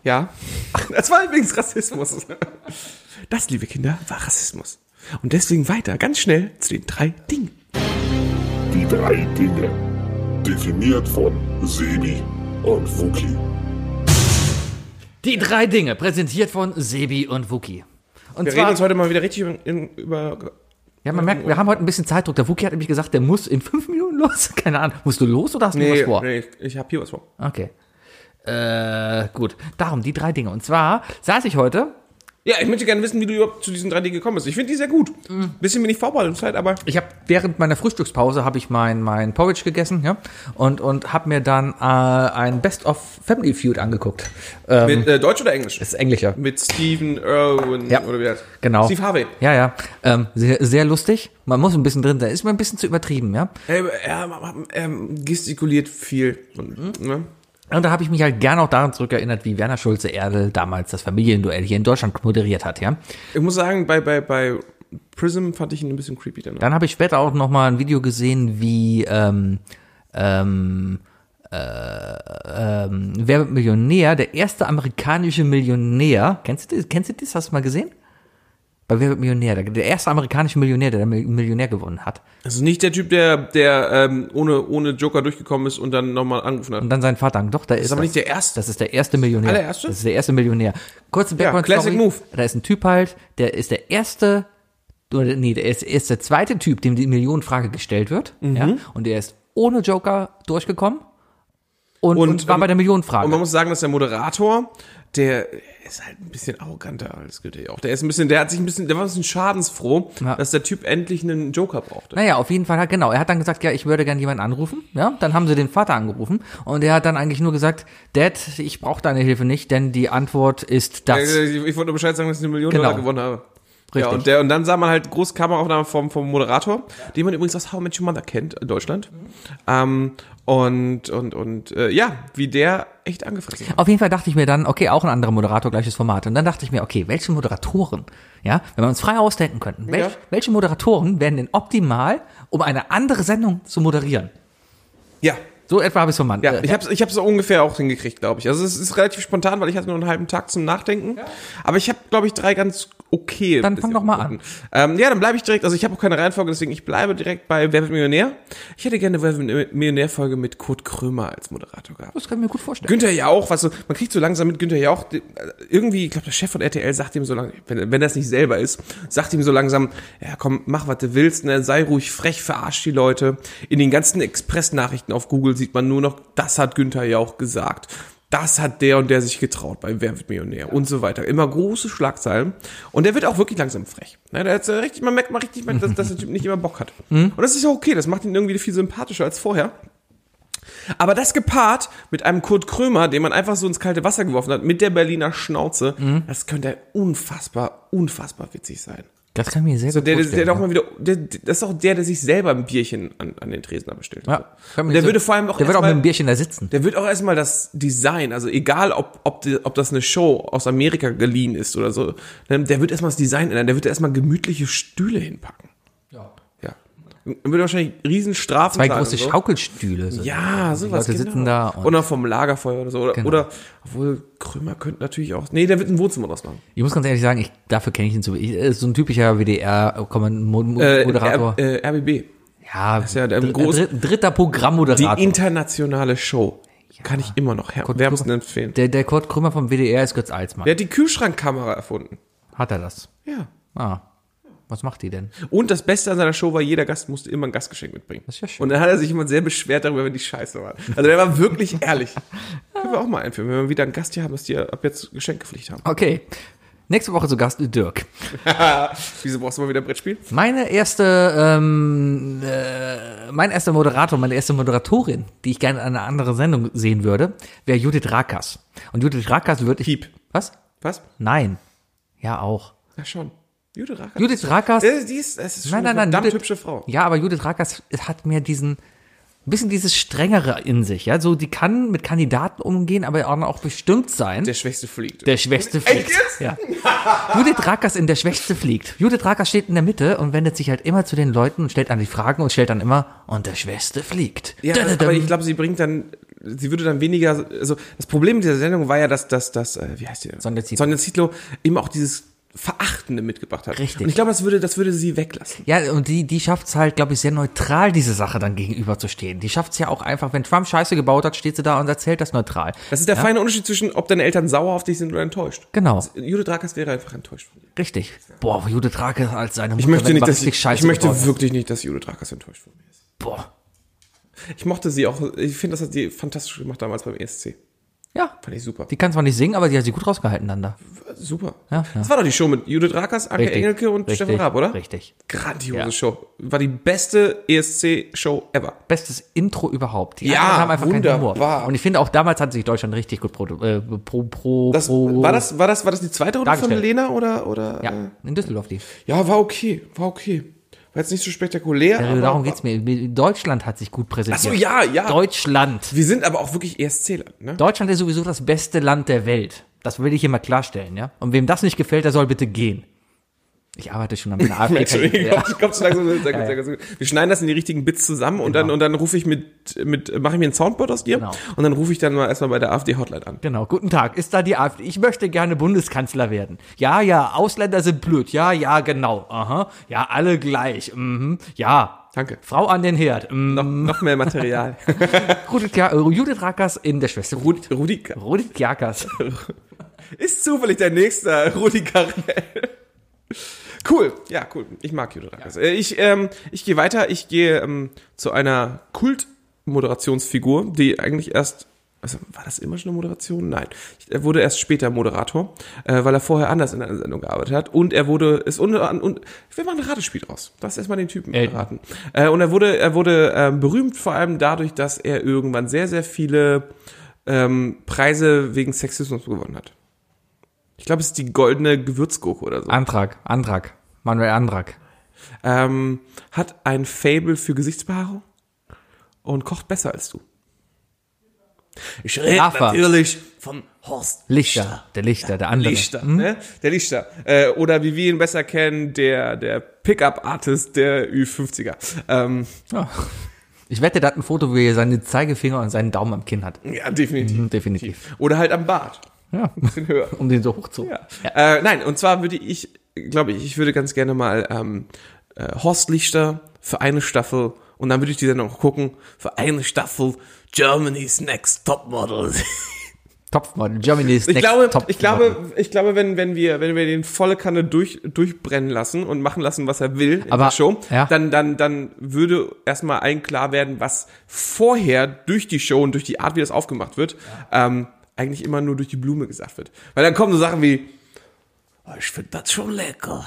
S4: Ja. <laughs> Das war übrigens Rassismus. Das, liebe Kinder, war Rassismus. Und deswegen weiter, ganz schnell zu den drei Dingen.
S2: Die drei Dinge. Definiert von Sebi und Fuki.
S3: Die drei Dinge, präsentiert von Sebi und Wuki. Und
S4: Wir reden
S3: zwar,
S4: uns heute mal wieder richtig über, in, über
S3: Ja, man merkt, wir haben heute ein bisschen Zeitdruck. Der Wookie hat nämlich gesagt, der muss in fünf Minuten los. <laughs> Keine Ahnung. Musst du los oder hast du noch was vor?
S4: nee, ich habe hier was vor.
S3: Okay. Äh, gut. Darum die drei Dinge. Und zwar saß ich heute,
S4: Ja, ich möchte gerne wissen, wie du überhaupt zu diesen 3D gekommen bist. Ich finde die sehr gut. Bisschen wenig Vorbereitungszeit, aber
S3: Mhm. ich habe während meiner Frühstückspause habe ich mein mein Porridge gegessen, ja, und und habe mir dann äh, ein Best of Family Feud angeguckt. Ähm,
S4: mit äh, Deutsch oder Englisch?
S3: das ist englischer.
S4: Mit Stephen Irwin
S3: Ja,
S4: oder wie heißt
S3: genau.
S4: Steve Harvey.
S3: Ja, ja. Ähm, sehr, sehr lustig. Man muss ein bisschen drin sein. Ist mir ein bisschen zu übertrieben, ja.
S4: Ähm, Er, er, er gestikuliert viel. Und, ne?
S3: Und da habe ich mich halt gerne auch daran zurückerinnert, wie Werner Schulze Erdel damals das Familienduell hier in Deutschland moderiert hat, ja.
S4: Ich muss sagen, bei, bei, bei Prism fand ich ihn ein bisschen creepy danach.
S3: Dann habe ich später auch noch mal ein Video gesehen, wie ähm, ähm, äh, ähm, Wer wird Millionär, der erste amerikanische Millionär. Kennst du das? Kennst du das? Hast du mal gesehen? Bei Wer wird Millionär? Der- Der erste amerikanische Millionär, der da Mil- Millionär gewonnen hat.
S4: Also nicht der Typ, der, der ähm, ohne, ohne Joker durchgekommen ist und dann nochmal angerufen hat.
S3: Und dann sein Vater. Doch, da ist.
S4: ist aber
S3: das.
S4: nicht der erste.
S3: Das ist der erste Millionär.
S4: Allererste?
S3: Das ist der erste Millionär. Kurze Background
S4: Classic Move.
S3: Da ist ein Typ halt, der ist der erste, oder nee, der ist, er ist der zweite Typ, dem die Millionenfrage gestellt wird.
S4: Mhm.
S3: Ja, und der ist ohne Joker durchgekommen und, und, war
S4: ähm,
S3: bei der Millionenfrage.
S4: Und man muss sagen, dass der Moderator, der ist halt ein bisschen arroganter als Goethe auch. Der ist ein bisschen, der hat sich ein bisschen, der war ein bisschen schadensfroh,
S3: Ja.
S4: dass der Typ endlich einen Joker brauchte.
S3: Naja, auf jeden Fall, hat- genau. Er hat dann gesagt, ja, ich würde gerne jemanden anrufen. Ja, dann haben sie den Vater angerufen und er hat dann eigentlich nur gesagt, Dad, ich brauche deine Hilfe nicht, denn die Antwort ist das.
S4: Äh, Ich, ich wollte nur Bescheid sagen, dass ich eine Million
S3: Genau.
S4: Dollar gewonnen habe. Ja,
S3: Richtig.
S4: und, der, und dann sah man halt große Kameraaufnahmen vom, vom Moderator, den man übrigens aus How I Met Your Mother kennt, in Deutschland.
S3: Mhm.
S4: Ähm, und, und, und, äh, ja, wie der echt angefressen hat.
S3: Auf jeden Fall dachte ich mir dann, okay, auch ein anderer Moderator, gleiches Format. Und dann dachte ich mir, okay, welche Moderatoren, ja, wenn wir uns frei ausdenken könnten, welch,
S4: Ja.
S3: welche Moderatoren wären denn optimal, um eine andere Sendung zu moderieren?
S4: Ja.
S3: So etwa habe ich es vermannt. Äh,
S4: Ja, ich hab's, ich hab's so ungefähr auch hingekriegt, glaube ich. Also es ist relativ spontan, weil ich hatte nur einen halben Tag zum Nachdenken. Aber ich habe, glaube ich, drei ganz okay.
S3: Dann fang doch mal an.
S4: Ähm, ja, dann bleibe ich direkt, also ich habe auch keine Reihenfolge, deswegen ich bleibe direkt bei Wer wird Millionär? Ich hätte gerne eine Wer wird Millionär-Folge mit Kurt Krömer als Moderator gehabt.
S3: das kann ich mir gut vorstellen.
S4: Günther Jauch, was so, man kriegt so langsam mit Günther Jauch, die- äh, irgendwie, ich glaube, der Chef von RTL sagt ihm so langsam, wenn, wenn das nicht selber ist, sagt ihm so langsam, ja komm, mach, was du willst, ne, sei ruhig frech, verarsch die Leute. In den ganzen Express-Nachrichten auf Google sieht man nur noch, das hat Günther Jauch gesagt. Das hat der und der sich getraut bei Wer wird Millionär und so weiter. Immer große Schlagzeilen. Und der wird auch wirklich langsam frech. Ne, der hat so richtig, man merkt mal richtig, dass, dass der Typ nicht immer Bock hat. Und das ist ja okay, das macht ihn irgendwie viel sympathischer als vorher. Aber das gepaart mit einem Kurt Krömer, den man einfach so ins kalte Wasser geworfen hat, mit der Berliner Schnauze,
S3: Mhm.
S4: das könnte unfassbar, unfassbar witzig sein.
S3: Das kann ich mir sehr
S4: So,
S3: gut
S4: der, der,
S3: vorstellen.
S4: der doch mal wieder, der, der- das ist auch der, der sich selber ein Bierchen an, an den Tresen bestellt.
S3: ja. Kann mir
S4: der
S3: so-
S4: würde vor allem auch
S3: Der würde auch mit
S4: erstmal-
S3: einem Bierchen da sitzen.
S4: der wird auch erstmal das Design, also egal ob, ob, die, ob das eine Show aus Amerika geliehen ist oder so, ne, der wird erstmal das Design ändern, der wird erstmal gemütliche Stühle hinpacken. Ja. Ja. Und Wird wahrscheinlich riesen Strafen
S3: Zwei
S4: zahlen
S3: große
S4: und so.
S3: Schaukelstühle. sind.
S4: Ja, sowas. genau.
S3: Leute sitzen da und-
S4: oder vom Lagerfeuer oder so. Oder,
S3: Genau.
S4: oder obwohl Krömer könnte natürlich auch. Nee, der wird ein Wohnzimmer draus machen.
S3: Ich muss ganz ehrlich sagen, ich, dafür kenne ich ihn so. Ich, er ist so ein typischer
S4: Äh,
S3: WDR-Moderator.
S4: R, äh, RBB.
S3: ja,
S4: ja der
S3: dr-
S4: große-
S3: dr- dritter
S4: Die
S3: Programmmoderator.
S4: internationale Show. Kann ich immer noch her wärmsten empfehlen.
S3: der, der Kurt Krümmer vom WDR ist Götz Alsmann.
S4: Der hat die Kühlschrankkamera erfunden.
S3: Hat er das?
S4: Ja.
S3: Ah. Was macht die denn?
S4: Und das Beste an seiner Show war, jeder Gast musste immer ein Gastgeschenk mitbringen.
S3: Das ist ja schön.
S4: Und dann hat er sich immer sehr beschwert darüber, wenn die scheiße waren. Also der
S3: <laughs>
S4: war wirklich ehrlich. Können wir auch mal einführen, wenn wir wieder einen Gast hier haben, dass die ab jetzt Geschenkepflicht haben.
S3: Okay. Nächste Woche zu Gast Dirk.
S4: Wieso brauchst du mal wieder ein Brettspiel?
S3: Meine erste, ähm, äh, mein erster Moderator, meine erste Moderatorin, die ich gerne in einer anderen Sendung sehen würde, wäre Judith Rakas. Und Judith Rakas würde ich.
S4: Piep.
S3: Was?
S4: Was?
S3: Nein. Ja, auch.
S4: Ja, schon. Jude Racker.
S3: Judith Rakas.
S4: Äh, Die ist, das ist schon
S3: Nein, nein,
S4: eine
S3: nein.
S4: verdammt
S3: Judith-
S4: hübsche Frau.
S3: Ja, aber Judith Rakas hat mir diesen ein bisschen dieses strengere in sich, ja, so die kann mit Kandidaten umgehen, aber auch bestimmt sein.
S4: Der Schwächste fliegt.
S3: Der Schwächste fliegt.
S4: jetzt?
S3: Ja. Judith Rakers in der Schwächste fliegt. Judith Rakers steht in der Mitte und wendet sich halt immer zu den Leuten und stellt dann die Fragen und stellt dann immer, und der Schwächste fliegt.
S4: ja,
S3: Dadadam.
S4: aber ich glaube, sie bringt dann, sie würde dann weniger, also das Problem dieser Sendung war ja, dass, dass, dass äh, wie heißt die?
S3: Sonja Zietlow.
S4: Sonja Zietlow eben auch dieses Verachtende mitgebracht hat.
S3: Richtig.
S4: Und ich glaube, das würde, das würde sie weglassen.
S3: Ja, und die, die schafft's halt, glaube ich, sehr neutral, diese Sache dann gegenüberzustehen. Die schafft's ja auch einfach, wenn Trump Scheiße gebaut hat, steht sie da und erzählt das neutral.
S4: Das ist der feine Unterschied zwischen, ob deine Eltern sauer auf dich sind oder enttäuscht.
S3: Genau.
S4: Judith Drakas wäre einfach enttäuscht von dir.
S3: Richtig. Boah, Jude Drake als seine Mutter.
S4: Ich möchte
S3: wenn
S4: nicht,
S3: man
S4: dass
S3: richtig
S4: ich,
S3: Scheiße
S4: ich möchte
S3: gebaut hat.
S4: wirklich nicht, dass Judith Drakas enttäuscht von mir ist.
S3: Boah.
S4: Ich mochte sie auch. Ich finde, das hat sie fantastisch gemacht damals beim ESC.
S3: Ja.
S4: Fand ich super.
S3: Die kann zwar nicht singen, aber die hat sie gut rausgehalten dann da.
S4: super.
S3: Ja,
S4: Das war doch die Show mit Judith Drakas, Anke
S3: Richtig.
S4: Engelke und
S3: Richtig.
S4: Stefan Raab, oder?
S3: Richtig.
S4: Grandiose
S3: Ja.
S4: Show. War die beste ESC-Show ever.
S3: Bestes Intro überhaupt. Die
S4: Ja,
S3: anderen haben einfach keinen
S4: wunderbar.
S3: Humor. Und ich finde auch damals hat sich Deutschland richtig gut pro, äh, pro, pro,
S4: Das,
S3: pro
S4: war, das, war, das, war das die zweite Runde von
S3: Oh. Dargestellt.
S4: Lena oder? oder
S3: Ja,
S4: äh?
S3: in Düsseldorf die.
S4: ja, war okay. War okay. War jetzt nicht so spektakulär.
S3: Also
S4: aber-
S3: darum geht's mir. Deutschland hat sich gut präsentiert.
S4: Ach so, ja, ja.
S3: Deutschland.
S4: Wir sind aber auch wirklich ESC-Land, <laughs> ne?
S3: Deutschland ist sowieso das beste Land der Welt. Das will ich hier mal klarstellen, ja. Und wem das nicht gefällt, der soll bitte gehen. Ich arbeite schon an
S4: <laughs>
S3: meiner AfD.
S4: Entschuldigung,
S3: Ja.
S4: komm, komm, sag, sag, sag, sag, sag, sag. Wir schneiden das in die richtigen Bits zusammen und dann und dann rufe ich mit mit mache ich mir ein Soundboard aus dir
S3: Genau.
S4: und dann rufe ich dann mal erstmal bei der AfD Hotline an.
S3: Genau, guten Tag. Ist da die AfD? Ich möchte gerne Bundeskanzler werden. Ja, ja, Ausländer sind blöd. Ja, ja, genau. Aha. Ja, alle gleich. Mhm. Ja.
S4: Danke.
S3: Frau an den Herd. Mhm.
S4: Noch,
S3: <laughs>
S4: noch mehr Material.
S3: Rudolf Kla- äh, Judith Rackers in der Schwester. Rud
S4: Rudi, Rudi Ka-
S3: Rudolf
S4: <laughs>
S3: Klakas.
S4: ist zufällig der nächste Rudi Carell. Cool, ja, cool. Ich mag Judo Drakas. Äh, Ich, ähm, ich gehe weiter. Ich gehe ähm, zu einer Kultmoderationsfigur, die eigentlich erst. Also, war das immer schon eine Moderation? Nein. Er wurde erst später Moderator, äh, weil er vorher anders in einer Sendung gearbeitet hat. Und er wurde, ist unter an und wir machen ein Ratespiel draus. Lass erstmal den Typen
S3: Elton.
S4: raten. Äh, und er wurde, er wurde ähm, berühmt vor allem dadurch, dass er irgendwann sehr, sehr viele ähm, Preise wegen Sexismus gewonnen hat. Ich glaube, es ist die goldene Gewürzgurke oder so.
S3: Antrag, Antrag. Manuel Antrag.
S4: Ähm, hat ein Fable für Gesichtsbehaarung und kocht besser als du. Ich rede
S3: Rafa.
S4: natürlich von Horst
S3: Lichter. Hm? Der Lichter, der andere.
S4: Lichter, ne? Der Lichter. Äh, oder wie wir ihn besser kennen, der, der Pickup-Artist der Ü50er. Ähm,
S3: Ja. Ich wette, der hat ein Foto, wo er seine Zeigefinger und seinen Daumen am Kinn hat.
S4: ja, definitiv.
S3: Mhm, definitiv.
S4: Oder halt am Bart.
S3: Ja.
S4: Bisschen höher.
S3: Um den so hoch zu.
S4: Ja. Äh, nein, und zwar würde ich, glaube ich, ich würde ganz gerne mal ähm, äh, Horst Lichter für eine Staffel und dann würde ich die dann auch gucken, für eine Staffel Germany's Next Topmodel.
S3: Topfmodel. Germany's
S4: Ich
S3: Next
S4: glaube,
S3: Topmodel.
S4: ich glaube, ich glaube, wenn wenn wir wenn wir den volle Kanne durch durchbrennen lassen und machen lassen, was er will in
S3: Aber-
S4: der Show,
S3: ja.
S4: dann dann dann würde erstmal allen klar werden, was vorher durch die Show und durch die Art, wie das aufgemacht wird, ähm, eigentlich immer nur durch die Blume gesagt wird. Weil dann kommen so Sachen wie "Oh, ich finde das
S3: <laughs>
S4: schon lecker.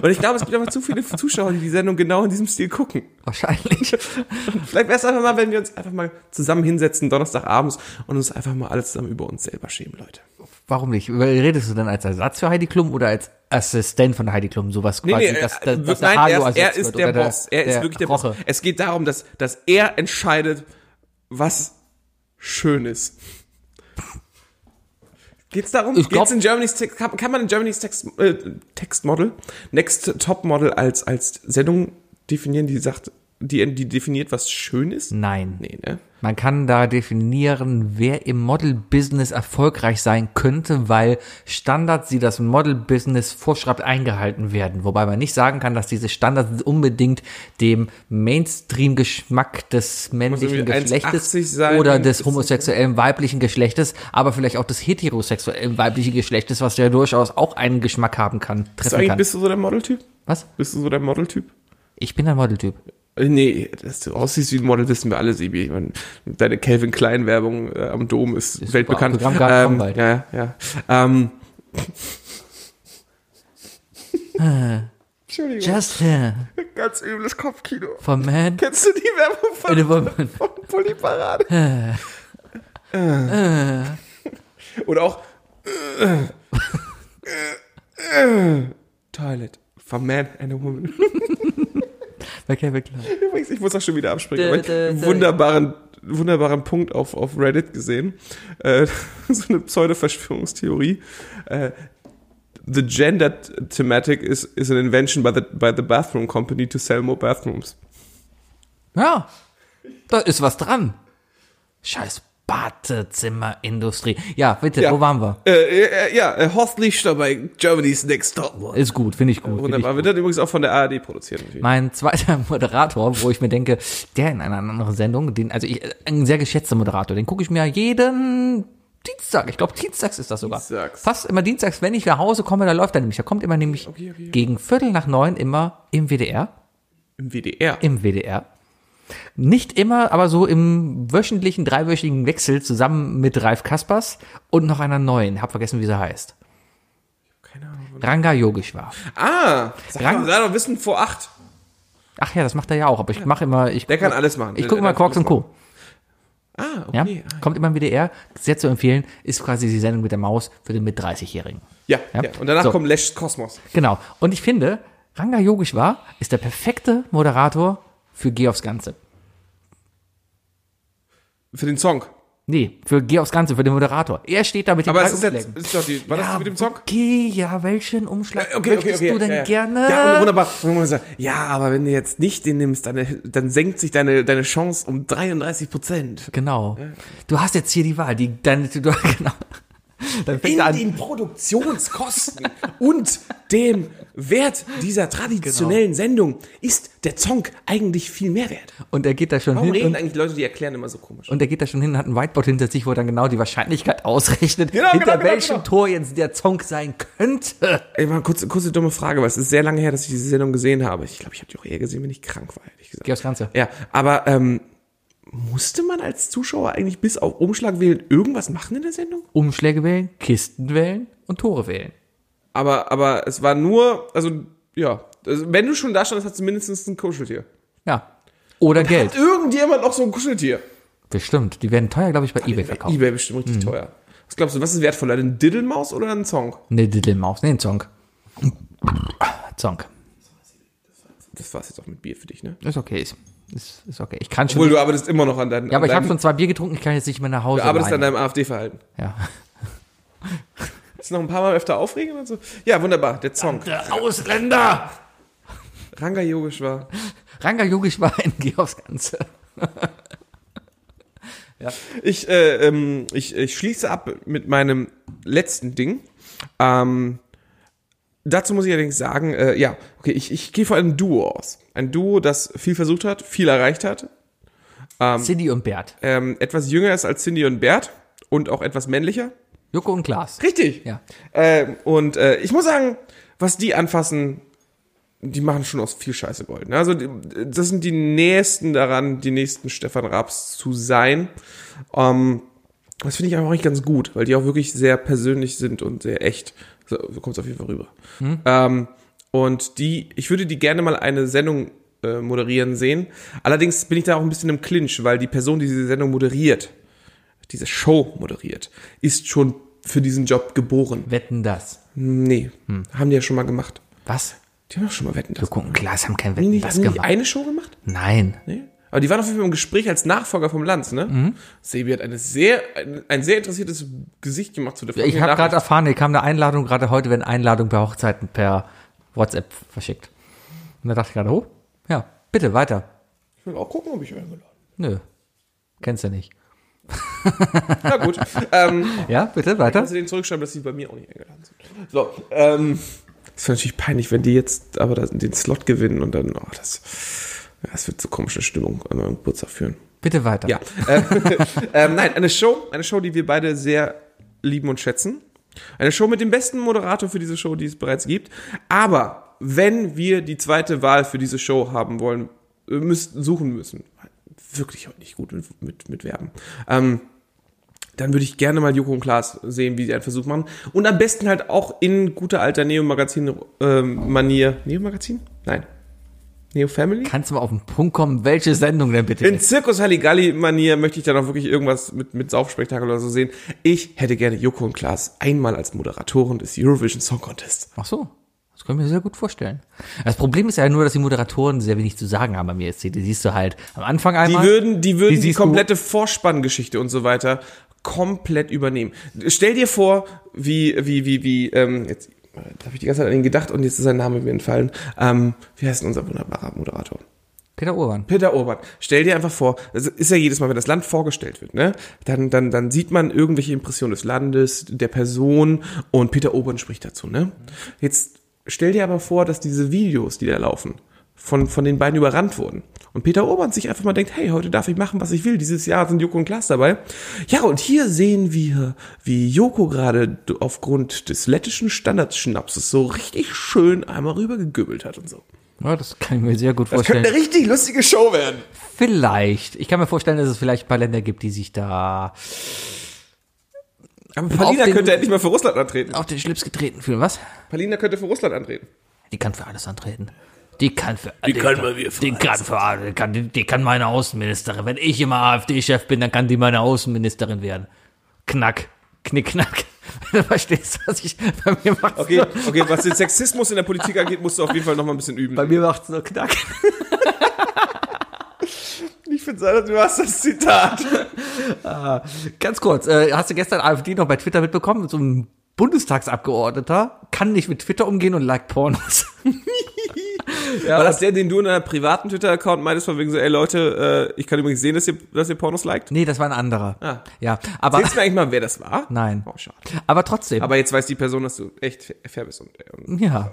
S4: Und ich glaube, es gibt einfach zu viele Zuschauer, die die Sendung genau in diesem Stil gucken. <laughs>
S3: Wahrscheinlich.
S4: Vielleicht wäre es einfach mal, wenn wir uns einfach mal zusammen hinsetzen, Donnerstagabends, und uns einfach mal alle zusammen über uns selber schämen, Leute.
S3: Warum nicht? Redest du dann als Ersatz für Heidi Klum oder als Assistent von Heidi Klum? Sowas
S4: Nee,
S3: quasi,
S4: nee,
S3: dass,
S4: er-
S3: dass, dass der
S4: nein,
S3: Hajo
S4: er, ist- er
S3: ersetzt
S4: ist
S3: wird
S4: der
S3: oder
S4: Boss. Er ist wirklich der
S3: Roche.
S4: Boss. Es geht darum, dass, dass er entscheidet, was schön ist. Geht's darum?
S3: Ich glaub-
S4: Geht's in Germany's Text, kann, kann man in Germany's Text, äh, Textmodel, Next Topmodel als, als Sendung definieren, die sagt, die, die definiert, was schön ist?
S3: Nein.
S4: Nee, ne?
S3: Man kann da definieren, wer im Model-Business erfolgreich sein könnte, weil Standards, die das Model-Business vorschreibt, eingehalten werden. Wobei man nicht sagen kann, dass diese Standards unbedingt dem Mainstream-Geschmack des männlichen
S4: irgendwie 1,80
S3: Geschlechtes
S4: sein
S3: oder
S4: und
S3: des
S4: ist-
S3: homosexuellen weiblichen Geschlechtes, aber vielleicht auch des heterosexuellen weiblichen Geschlechtes, was ja durchaus auch einen Geschmack haben kann,
S4: Bist
S3: treffen
S4: du, eigentlich,
S3: kann.
S4: bist du so der Modeltyp?
S3: Was?
S4: Bist du so der Modeltyp?
S3: Ich bin ein Modeltyp.
S4: Äh, Nee, dass du aussiehst wie ein Model, wissen wir alle, Sibi. Ich meine, deine Calvin Klein Werbung äh, am Dom ist,
S3: Ist
S4: weltbekannt.
S3: super. Autogrammkarte kommen
S4: Ähm,
S3: bald.
S4: ja, ja. Ähm, Entschuldigung,
S3: Just here
S4: ganz übles Kopfkino.
S3: for
S4: <laughs>
S3: man
S4: Kennst du die Werbung von,
S3: and a woman.
S4: von Polyparade? Äh. Oder auch äh, äh, Toilet for man and a woman.
S3: Okay, wirklich.
S4: Übrigens, ich muss auch schon wieder abspringen.
S3: Dö,
S4: aber ich
S3: dö,
S4: einen
S3: dö.
S4: wunderbaren, wunderbaren Punkt auf, auf Reddit gesehen. Äh, <laughs> so eine Pseudo-Verschwörungstheorie. Äh, the gender thematic is, is an invention by the, by the bathroom company to sell more bathrooms.
S3: Ja, da ist was dran. Scheiß Badezimmerindustrie. Ja, bitte,
S4: Ja.
S3: wo waren wir?
S4: Äh, äh, ja, äh, Horst Lichter bei Germany's Next Top Model.
S3: Ist gut, finde ich gut. Find ich
S4: Wunderbar. Wird dann übrigens auch von der ARD produziert. Natürlich.
S3: mein zweiter <laughs> Moderator, wo ich mir denke, der in einer anderen Sendung, den, also ich, ein sehr geschätzter Moderator, den gucke ich mir jeden Dienstag, ich glaube Dienstags ist das sogar.
S4: Dienstags.
S3: Fast immer Dienstags, wenn ich nach Hause komme, da läuft er nämlich. Da kommt immer nämlich gegen Viertel nach neun immer im WDR,
S4: Im WDR.
S3: im WDR. Nicht immer, aber so im wöchentlichen, dreiwöchigen Wechsel zusammen mit Ralf Kaspers und noch einer neuen. Hab vergessen, wie sie heißt.
S4: Keine Ahnung.
S3: Ranga Yogeshwar.
S4: Ah, sag
S3: Rang-
S4: doch, sag doch Wissen vor acht.
S3: Ach ja, das macht er ja auch, aber ich mache immer. Ich
S4: Der kann alles machen.
S3: Ich
S4: Der-
S3: gucke
S4: der
S3: mal
S4: darf
S3: Quarks und
S4: alles
S3: Co.
S4: Ah,
S3: Ja?
S4: okay. Ah,
S3: Kommt immer im WDR. Sehr zu empfehlen, ist quasi die Sendung mit der Maus für den mit 30-Jährigen.
S4: Ja,
S3: Ja.
S4: ja. Und danach
S3: So.
S4: kommt Lesch Kosmos.
S3: Genau. Und ich finde, Ranga Yogeshwar ist der perfekte Moderator für Geh aufs Ganze.
S4: Für den Song.
S3: Nee, für Geh aufs Ganze, für den Moderator. Er steht da mit dem
S4: Aber es ist jetzt, ist doch die, war das mit dem Song?
S3: Okay, ja, welchen Umschlag
S4: Ja, Äh, Okay, okay,
S3: möchtest
S4: okay.
S3: du denn
S4: ja, ja.
S3: gerne?
S4: Ja, und wunderbar. Und dann muss man sagen, Ja, aber wenn du jetzt nicht den nimmst, dann, dann senkt sich deine, deine Chance um 33 Prozent.
S3: Genau. Du hast jetzt hier die Wahl. Die, deine, du, <laughs> genau. Dann fängt
S4: In
S3: er an.
S4: den Produktionskosten und dem Wert dieser traditionellen Sendung ist der Song eigentlich viel mehr wert.
S3: Und er geht da schon
S4: Warum
S3: hin.
S4: reden
S3: Und,
S4: eigentlich Leute, die erklären immer so komisch?
S3: und er geht da schon hin und hat ein Whiteboard hinter sich, wo er dann genau die Wahrscheinlichkeit ausrechnet,
S4: Genau,
S3: hinter
S4: genau, genau,
S3: welchem
S4: genau.
S3: Tor jetzt der Zonk sein könnte.
S4: Ey, mal kurz, kurze dumme Frage, weil es ist sehr lange her, dass ich diese Sendung gesehen habe. Ich glaube, ich habe die auch eher gesehen, wenn ich krank war, ehrlich gesagt.
S3: Geh aufs Ganze.
S4: Ja, aber ähm, musste man als Zuschauer eigentlich bis auf Umschlag wählen irgendwas machen in der Sendung?
S3: Umschläge wählen, Kisten wählen und Tore wählen.
S4: Aber, aber es war nur, also ja, also, wenn du schon da standest, hast du mindestens ein Kuscheltier.
S3: Ja. Oder
S4: Hat
S3: Geld.
S4: irgendjemand noch so ein Kuscheltier?
S3: Bestimmt. Die werden teuer, glaube ich, bei eBay verkauft.
S4: Ebay bestimmt richtig
S3: Mhm.
S4: teuer. Was glaubst du, was ist wertvoller, eine Diddlemaus oder ein Song?
S3: Ne, Diddlemaus. Ne, ein Zonk. Zonk.
S4: Das war's jetzt auch mit Bier für dich, ne?
S3: Ist okay. Ist, ist, ist okay. Ich kann schon.
S4: Obwohl, du arbeitest immer noch an deinem...
S3: ja, aber ich habe
S4: deinem,
S3: schon zwei Bier getrunken. Ich kann jetzt nicht mehr nach Hause.
S4: Du arbeitest an
S3: alleine.
S4: deinem AfD-Verhalten.
S3: ja.
S4: Ist noch ein paar Mal öfter aufregend und so? Ja, wunderbar, der Song.
S3: Der Ausländer!
S4: Ranga Yogeshwar.
S3: Ranga Yogeshwar in <laughs> Geh aufs Ganze.
S4: Ich, äh, ähm, ich, ich schließe ab mit meinem letzten Ding. Ähm, dazu muss ich allerdings sagen, äh, ja, okay, ich, ich gehe von einem Duo aus. Ein Duo, das viel versucht hat, viel erreicht hat,
S3: Cindy und Bert.
S4: ähm, etwas jünger ist als Cindy und Bert und auch etwas männlicher.
S3: Joko und Klaas.
S4: Richtig.
S3: Ja.
S4: Ähm, und äh, ich muss sagen, was die anfassen, die machen schon aus viel Scheiße Gold. Ne? Also die, das sind die Nächsten daran, die nächsten Stefan Raps zu sein. Ähm, das finde ich einfach nicht ganz gut, weil die auch wirklich sehr persönlich sind und sehr echt. So, so kommt es auf jeden Fall rüber.
S3: Hm?
S4: Ähm, und die, ich würde die gerne mal eine Sendung äh, moderieren sehen. Allerdings bin ich da auch ein bisschen im Clinch, weil die Person, die diese Sendung moderiert, diese Show moderiert, ist schon für diesen Job geboren.
S3: Wetten das.
S4: Nee,
S3: Hm.
S4: haben die ja schon mal gemacht.
S3: Was?
S4: Die haben doch schon mal Wetten, das
S3: Joko und Klaas haben kein
S4: haben
S3: Wetten
S4: die,
S3: das
S4: haben die
S3: gemacht.
S4: eine Show gemacht?
S3: Nein.
S4: Nee. Aber die waren auf jeden Fall im Gespräch als Nachfolger vom Lanz, ne?
S3: Mhm.
S4: Sebi hat eine sehr, ein, ein sehr interessiertes Gesicht gemacht zu der
S3: Ich
S4: folgenden
S3: habe gerade
S4: Nachricht.
S3: erfahren, hier kam eine Einladung, gerade heute werden Einladungen bei Hochzeiten per WhatsApp verschickt. Und da dachte ich gerade, oh, ja, bitte, weiter.
S4: Ich will auch gucken, ob ich eingeladen bin.
S3: Nö, kennst du nicht.
S4: Na gut. ähm,
S3: Ja, bitte, weiter.
S4: kannst du denen zurückschreiben, dass sie bei mir auch nicht eingeladen sind. So, ähm. Das wäre natürlich peinlich, wenn die jetzt aber das- den Slot gewinnen und dann, oh, das, das wird zu komische Stimmung an meinem Geburtstag führen.
S3: Bitte weiter.
S4: Ja. ähm, <laughs> ähm, nein, eine Show, eine Show, die wir beide sehr lieben und schätzen. Eine Show mit dem besten Moderator für diese Show, die es bereits gibt. Aber wenn wir die zweite Wahl für diese Show haben wollen, äh, müssen, suchen müssen, wirklich heute nicht gut mit, mit, mit Werben, ähm, dann würde ich gerne mal Joko und Klaas sehen, wie sie einen Versuch machen. Und am besten halt auch in guter alter Neo-Magazin-Manier. Neo-Magazin? Nein. Neo-Family?
S3: Kannst du mal auf den Punkt kommen, welche Sendung denn bitte?
S4: In Zirkus Halligalli-Manier möchte ich dann auch wirklich irgendwas mit, mit Saufspektakel oder so sehen. Ich hätte gerne Joko und Klaas einmal als Moderatoren des Eurovision Song Contest.
S3: Ach so. Das kann ich mir sehr gut vorstellen. Das Problem ist ja nur, dass die Moderatoren sehr wenig zu sagen haben bei mir jetzt. Die siehst du halt am Anfang
S4: Die
S3: einmal.
S4: würden, die würden die
S3: siehst du-
S4: komplette Vorspanngeschichte und so weiter komplett übernehmen. Stell dir vor, wie, wie, wie, wie, ähm, jetzt äh, da habe ich die ganze Zeit an ihn gedacht und jetzt ist sein Name mir entfallen. Ähm, wie heißt denn unser wunderbarer Moderator?
S3: Peter Urban.
S4: Peter Urban, stell dir einfach vor, das ist ja jedes Mal, wenn das Land vorgestellt wird, ne? Dann, dann, dann sieht man irgendwelche Impressionen des Landes, der Person und Peter Urban spricht dazu, ne? Jetzt stell dir aber vor, dass diese Videos, die da laufen, von, von den beiden überrannt wurden. Und Peter Urban sich einfach mal denkt, hey, heute darf ich machen, was ich will. Dieses Jahr sind Joko und Klaas dabei. Ja, und hier sehen wir, wie Joko gerade d- aufgrund des lettischen Standardschnapses so richtig schön einmal rübergegübbelt hat und so.
S3: Ja, das kann ich mir sehr gut
S4: Das könnte
S3: vorstellen.
S4: eine richtig lustige Show werden.
S3: Vielleicht. Ich kann mir vorstellen, dass es vielleicht ein paar Länder gibt, die sich da
S4: Aber Palina
S3: Auf den-
S4: könnte endlich mal für Russland antreten.
S3: auf den Schlips getreten fühlen. Was?
S4: Palina könnte für Russland antreten.
S3: Die kann für alles antreten. Die kann für Die
S4: kann mal wir
S3: Die kann für alles. Die kann, die, die kann meine Außenministerin. Wenn ich immer AfD-Chef bin, dann kann die meine Außenministerin werden. Knack. Knick, knack. <laughs> Du verstehst, was ich bei mir mache.
S4: Okay, okay, was den Sexismus in der Politik angeht, musst du auf jeden Fall noch mal ein bisschen üben.
S3: Bei mir macht's nur Knack.
S4: Ich finde es du hast das Zitat.
S3: Ganz kurz, äh, hast du gestern AfD noch bei Twitter mitbekommen? So ein Bundestagsabgeordneter kann nicht mit Twitter umgehen und liked Pornos. <laughs>
S4: Ja, War das der, den du in deinem privaten Twitter-Account meintest, von wegen so, ey Leute, äh, ich kann übrigens sehen, dass ihr, dass ihr Pornos liked?
S3: nee, das war ein anderer.
S4: Ah.
S3: Ja, aber
S4: Denkst du mir eigentlich mal, wer das war?
S3: nein.
S4: Oh, schade.
S3: Aber trotzdem.
S4: Aber jetzt weiß die Person, dass du echt fair- fair bist. Und, und
S3: Ja.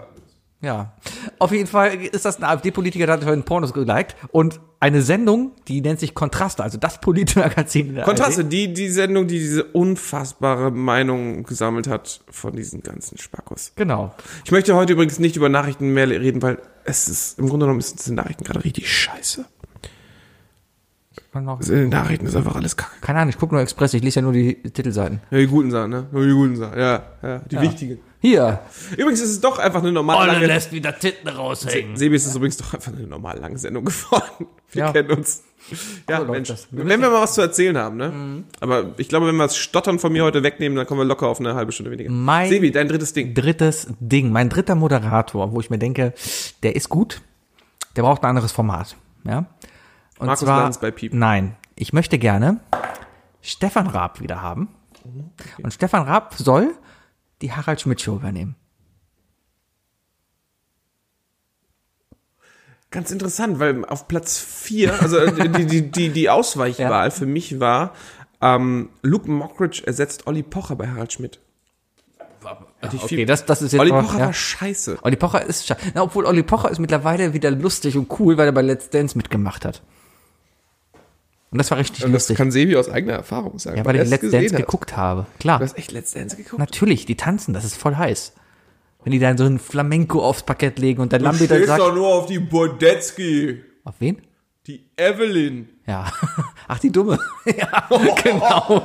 S3: Ja. Auf jeden Fall ist das ein AfD-Politiker, der hat vorhin Pornos geliked und eine Sendung, die nennt sich Kontraste, also das Politmagazin in der
S4: Kontraste,
S3: ARD.
S4: die, die Sendung, die diese unfassbare Meinung gesammelt hat von diesen ganzen Spackos.
S3: Genau.
S4: Ich möchte heute übrigens nicht über Nachrichten mehr reden, weil es ist, im Grunde genommen ist die Nachrichten gerade richtig scheiße. Also
S3: Man mag-
S4: In den Nachrichten ist einfach alles kacke.
S3: Keine Ahnung, ich gucke nur Express, ich lese ja nur die Titelseiten.
S4: Ja, die guten Sachen, ne? Nur die guten Sachen, ja. ja die wichtigen.
S3: Hier.
S4: Übrigens ist es doch einfach eine
S3: Oh,
S4: normal lange...
S3: wieder Titten raushängen.
S4: Sebi, es ist übrigens doch einfach eine normal lange Sendung geworden. <laughs> Wir
S3: Ja.
S4: kennen uns. Ja,
S3: läuft
S4: Mensch.
S3: das. Mhm. Wir
S4: Wenn wir mal was zu erzählen haben, ne? Aber ich glaube, wenn wir das Stottern von mir heute wegnehmen, dann kommen wir locker auf eine halbe Stunde weniger.
S3: Mein-
S4: Sebi, dein drittes Ding.
S3: Drittes Ding, mein dritter Moderator, wo ich mir denke, der ist gut, der braucht ein anderes Format. Ja? Und
S4: Markus Lanz bei Piep.
S3: Nein, ich möchte gerne Stefan Raab wieder haben. Und Stefan Raab soll die Harald Schmidt Show übernehmen.
S4: Ganz interessant, weil auf Platz vier, also äh, die, die, die, die Ausweichwahl für mich war, ähm, Luke Mockridge ersetzt Olli Pocher bei Harald Schmidt. ich viel-
S3: Okay, das, das ist jetzt
S4: Olli
S3: aber-
S4: Pocher
S3: ja.
S4: war scheiße.
S3: Olli Pocher ist scha- Na, obwohl Olli Pocher ist mittlerweile wieder lustig und cool, weil er bei Let's Dance mitgemacht hat. Und das war richtig
S4: Und das
S3: lustig.
S4: kann Sebi aus eigener Erfahrung sagen.
S3: Ja, weil
S4: er
S3: ich
S4: es
S3: Let's
S4: gesehen
S3: Dance
S4: hat.
S3: geguckt habe. Klar.
S4: Du hast echt Let's Dance geguckt?
S3: Natürlich, die tanzen, das ist voll heiß. Wenn die dann so ein Flamenco aufs Parkett legen und dann Lambi dann sagt,
S4: nur auf die Bodecki,
S3: auf wen?
S4: die Evelyn.
S3: Ja. <laughs> Ach, die Dumme. <laughs>
S4: <laughs>
S3: ja, genau.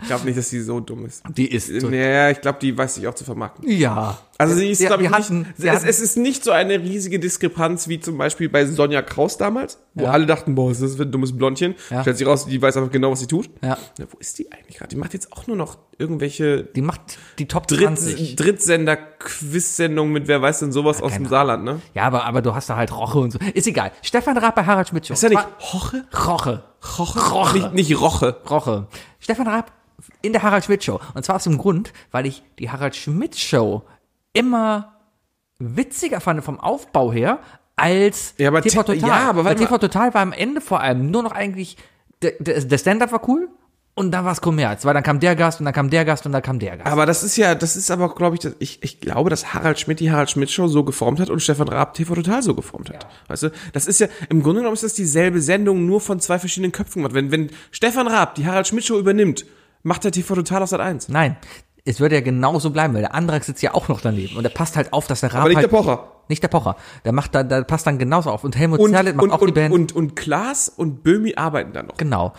S4: Ich glaube nicht, dass die so dumm ist.
S3: Die ist so.
S4: Naja, ich glaube, die weiß sich auch zu vermarkten.
S3: Ja.
S4: Also sie ist,
S3: Ja,
S4: glaube ich,
S3: Äh, wir hatten-
S4: nicht,
S3: wir
S4: es,
S3: hatten-
S4: es ist nicht so eine riesige Diskrepanz wie zum Beispiel bei Sonja Kraus damals, wo
S3: Ja.
S4: alle dachten, boah, das ist ein dummes Blondchen.
S3: Ja.
S4: Stellt sich raus, die weiß einfach genau, was sie tut.
S3: Ja.
S4: Na, wo ist die eigentlich gerade? Die macht jetzt auch nur noch irgendwelche
S3: Die macht die Top 20.
S4: Dritt, Drittsender-Quiz-Sendungen mit wer weiß denn sowas aus
S3: keine
S4: dem Saarland, ne?
S3: Ja, aber, aber du hast da halt Roche und so. Ist egal. Stefan Raab bei Harald Schmidt.
S4: Ist ja nicht Hoche?
S3: Roche.
S4: Roche? Nicht, nicht Roche.
S3: Roche. Stefan Raab in der Harald Schmidt Show. Und zwar aus dem Grund, weil ich die Harald Schmidt Show immer witziger fand vom Aufbau her als
S4: Ja, aber
S3: TV
S4: Te-
S3: Total.
S4: ja, aber
S3: Weil
S4: warte
S3: TV Total war am Ende vor allem nur noch eigentlich der, der, der Stand-up war cool und dann war es Kommerz, weil dann kam der Gast und dann kam der Gast und dann kam der Gast.
S4: Aber das ist ja, das ist aber, glaube ich, das- ich, ich glaube, dass Harald Schmidt die Harald Schmidt Show so geformt hat und Stefan Raab TV Total so geformt hat. Weißt du, das ist ja, im Grunde genommen ist das dieselbe Sendung, nur von zwei verschiedenen Köpfen gemacht. Wenn, wenn Stefan Raab die Harald Schmidt Show übernimmt, macht er TV Total aus Sat 1.
S3: Nein, es würde ja genauso bleiben, weil der Andrak sitzt ja auch noch daneben und der passt halt auf, dass der Raab
S4: Aber nicht
S3: halt,
S4: der Pocher.
S3: Nicht der Pocher. Der macht da, der passt dann genauso auf und Helmut
S4: Und,
S3: Zerlett macht
S4: und,
S3: auch die
S4: und,
S3: Band.
S4: und, und Klaas und Böhmi arbeiten da noch.
S3: Genau.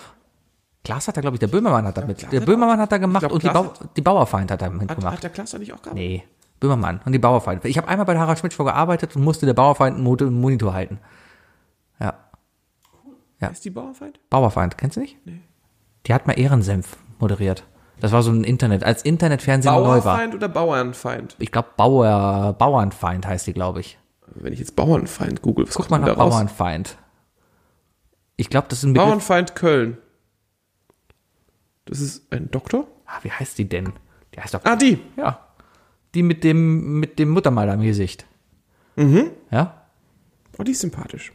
S3: Klaas hat da, glaube ich, der Böhmermann hat da mit. Der Böhmermann hat da gemacht
S4: glaub,
S3: und die,
S4: Klaas
S3: Bau, die Bauerfeind hat da
S4: Hat,
S3: mitgemacht.
S4: hat der Klaas da nicht auch gearbeitet?
S3: nee, Böhmermann und die Bauerfeind. Ich habe einmal bei der Harald Schmidt Show gearbeitet und musste der Bauerfeind einen Monitor- einen Monitor halten. Ja,
S4: Ist die Bauerfeind?
S3: Bauerfeind, kennst du nicht? Nee. Die hat mal Ehrensenf moderiert. Das war so ein Internet, als Internetfernsehen neu war.
S4: Bauerfeind oder Bauernfeind?
S3: Ich glaube, Bauer, Bauernfeind heißt die, glaube ich.
S4: Wenn ich jetzt Bauernfeind google, was
S3: Guck mal
S4: kommt
S3: nach
S4: denn da raus?
S3: Bauernfeind. Ich glaube, das ist ein Begriff.
S4: Bauernfeind Köln. Das ist ein Doktor?
S3: Ah, wie heißt die denn? Die heißt doch
S4: Ah, die.
S3: Ja. Die mit dem, mit dem Muttermal am Gesicht. Mhm. Ja?
S4: Oh, die ist sympathisch.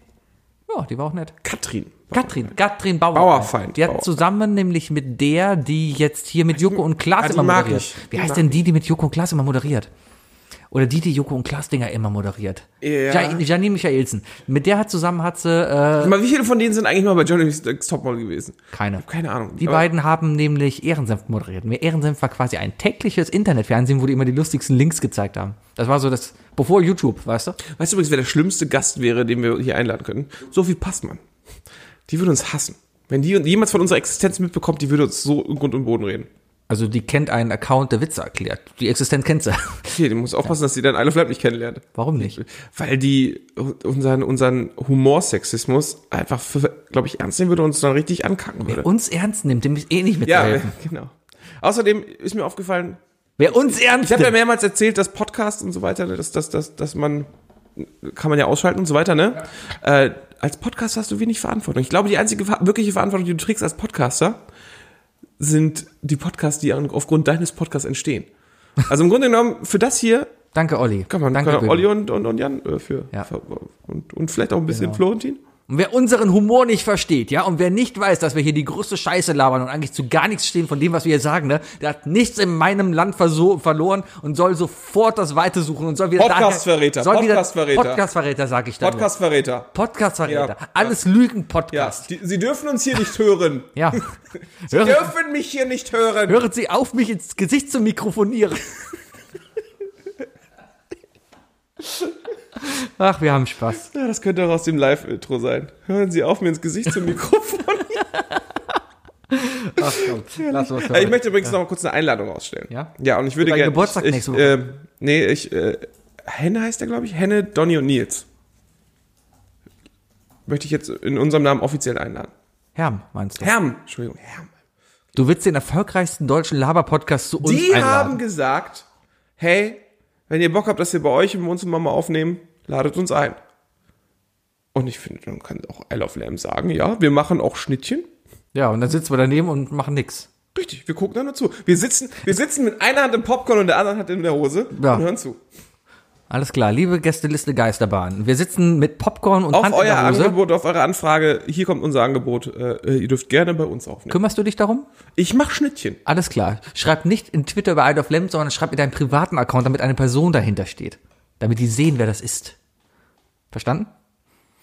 S3: Ja, die war auch nett.
S4: Katrin.
S3: Katrin, Katrin Bauer.
S4: Bauerfeind.
S3: Die hat
S4: Bauerfeind.
S3: zusammen nämlich mit der, die jetzt hier mit Joko und Klaas
S4: Ah, die
S3: immer
S4: mag
S3: moderiert.
S4: ich.
S3: Wie
S4: Die
S3: heißt
S4: mag
S3: denn die, die mit Joko und Klaas immer moderiert? Oder die, die Joko und Klaas Dinger immer moderiert?
S4: Ja.
S3: Ja. Janine Michaelsen. Mit der hat zusammen hat sie äh,
S4: Also Mal, wie viele von denen sind eigentlich mal bei Johnny's Topmodel gewesen?
S3: keine.
S4: Keine Ahnung.
S3: Die
S4: Aber-
S3: beiden haben nämlich Ehrensenf moderiert. Mir Ehrensenf war quasi ein tägliches Internetfernsehen, wo die immer die lustigsten Links gezeigt haben. Das war so das, bevor YouTube, weißt du?
S4: Weißt du übrigens, wer der schlimmste Gast wäre, den wir hier einladen können? Sophie Passmann. Die würde uns hassen. Wenn die jemals von unserer Existenz mitbekommt, die würde uns so im Grund und Boden reden.
S3: Also die kennt einen Account, der Witze erklärt. Die existent kennt sie. <laughs>
S4: Okay, die muss aufpassen, dass sie dann Isle of Lamp nicht kennenlernt.
S3: Warum nicht?
S4: Weil die unseren, unseren Humorsexismus einfach, glaube ich, ernst nehmen würde und uns dann richtig ankacken würde.
S3: Uns ernst nimmt, dem ist eh nicht
S4: ja,
S3: mitzuhelfen.
S4: <laughs> genau. Außerdem ist mir aufgefallen,
S3: Wer uns ernst
S4: ich habe ja
S3: nimmt.
S4: mehrmals erzählt, dass Podcasts und so weiter, ne, dass, dass, dass, dass man, kann man ja ausschalten und so weiter, ne? Äh, als Podcast hast du wenig Verantwortung. Ich glaube, die einzige ver- wirkliche Verantwortung, die du trägst als Podcaster, sind die Podcasts, die an, aufgrund deines Podcasts entstehen. Also im Grunde genommen, für das hier
S3: Danke, Olli.
S4: kann man
S3: Danke,
S4: kann
S3: Böhm.
S4: Olli und, und, und Jan äh, für,
S3: Ja. Genau.
S4: für und, und vielleicht auch ein bisschen Florentin.
S3: Und wer unseren Humor nicht versteht, ja, und wer nicht weiß, dass wir hier die größte Scheiße labern und eigentlich zu gar nichts stehen von dem, was wir hier sagen, ne, der hat nichts in meinem Land verso- verloren und soll sofort das Weite suchen und soll wieder
S4: Podcast-Verräter,
S3: daher- soll wieder-
S4: Podcast-Verräter.
S3: Podcast-Verräter, sag ich dann. nur.
S4: Podcast-Verräter.
S3: Podcast-Verräter.
S4: Ja.
S3: Alles Lügen-Podcast.
S4: die, Sie dürfen uns hier nicht hören.
S3: Ja.
S4: <laughs> Sie
S3: Hören,
S4: dürfen mich hier nicht hören.
S3: hören Sie auf, mich ins Gesicht zu mikrofonieren. Ach, wir haben Spaß.
S4: Ja, das könnte auch aus dem Live-Intro sein. Hören Sie auf, mir ins Gesicht
S3: <laughs>
S4: zum Mikrofon.
S3: Ach komm, lass uns
S4: Äh, ich möchte übrigens noch mal kurz eine Einladung ausstellen.
S3: Ja?
S4: Ja, und ich
S3: Für
S4: würde
S3: deinen
S4: gerne.
S3: Geburtstag
S4: ich,
S3: nächste
S4: ich,
S3: Woche.
S4: äh, Nee, ich. Äh, Henne heißt der, glaube ich. Henne, Donny und Nils. Möchte ich jetzt in unserem Namen offiziell einladen.
S3: Herm, meinst du?
S4: Herm. Entschuldigung, Herm.
S3: Du willst den erfolgreichsten deutschen Laber-Podcast zu uns
S4: Die
S3: einladen.
S4: haben gesagt: Hey, wenn ihr Bock habt, dass wir bei euch im Wohnzimmer mal aufnehmen, ladet uns ein. Und ich finde, man kann auch Isle of Lamb sagen: Ja, wir machen auch Schnittchen.
S3: ja, und dann sitzen wir daneben und machen nix.
S4: Richtig, wir gucken da nur zu. Wir sitzen, wir sitzen mit einer Hand im Popcorn und der anderen Hand in der Hose
S3: Ja.
S4: und hören zu.
S3: Alles klar, liebe Gästeliste Geisterbahn. Wir sitzen mit Popcorn und
S4: Auf
S3: Hand in
S4: euer
S3: der Hose.
S4: Angebot, auf eure Anfrage, hier kommt unser Angebot, äh, ihr dürft gerne bei uns aufnehmen.
S3: Kümmerst du dich darum?
S4: Ich mach Schnittchen.
S3: Alles klar. Schreib nicht in Twitter über Idol of Lamb, sondern schreib in deinen privaten Account, damit eine Person dahinter steht. Damit die sehen, wer das ist. Verstanden?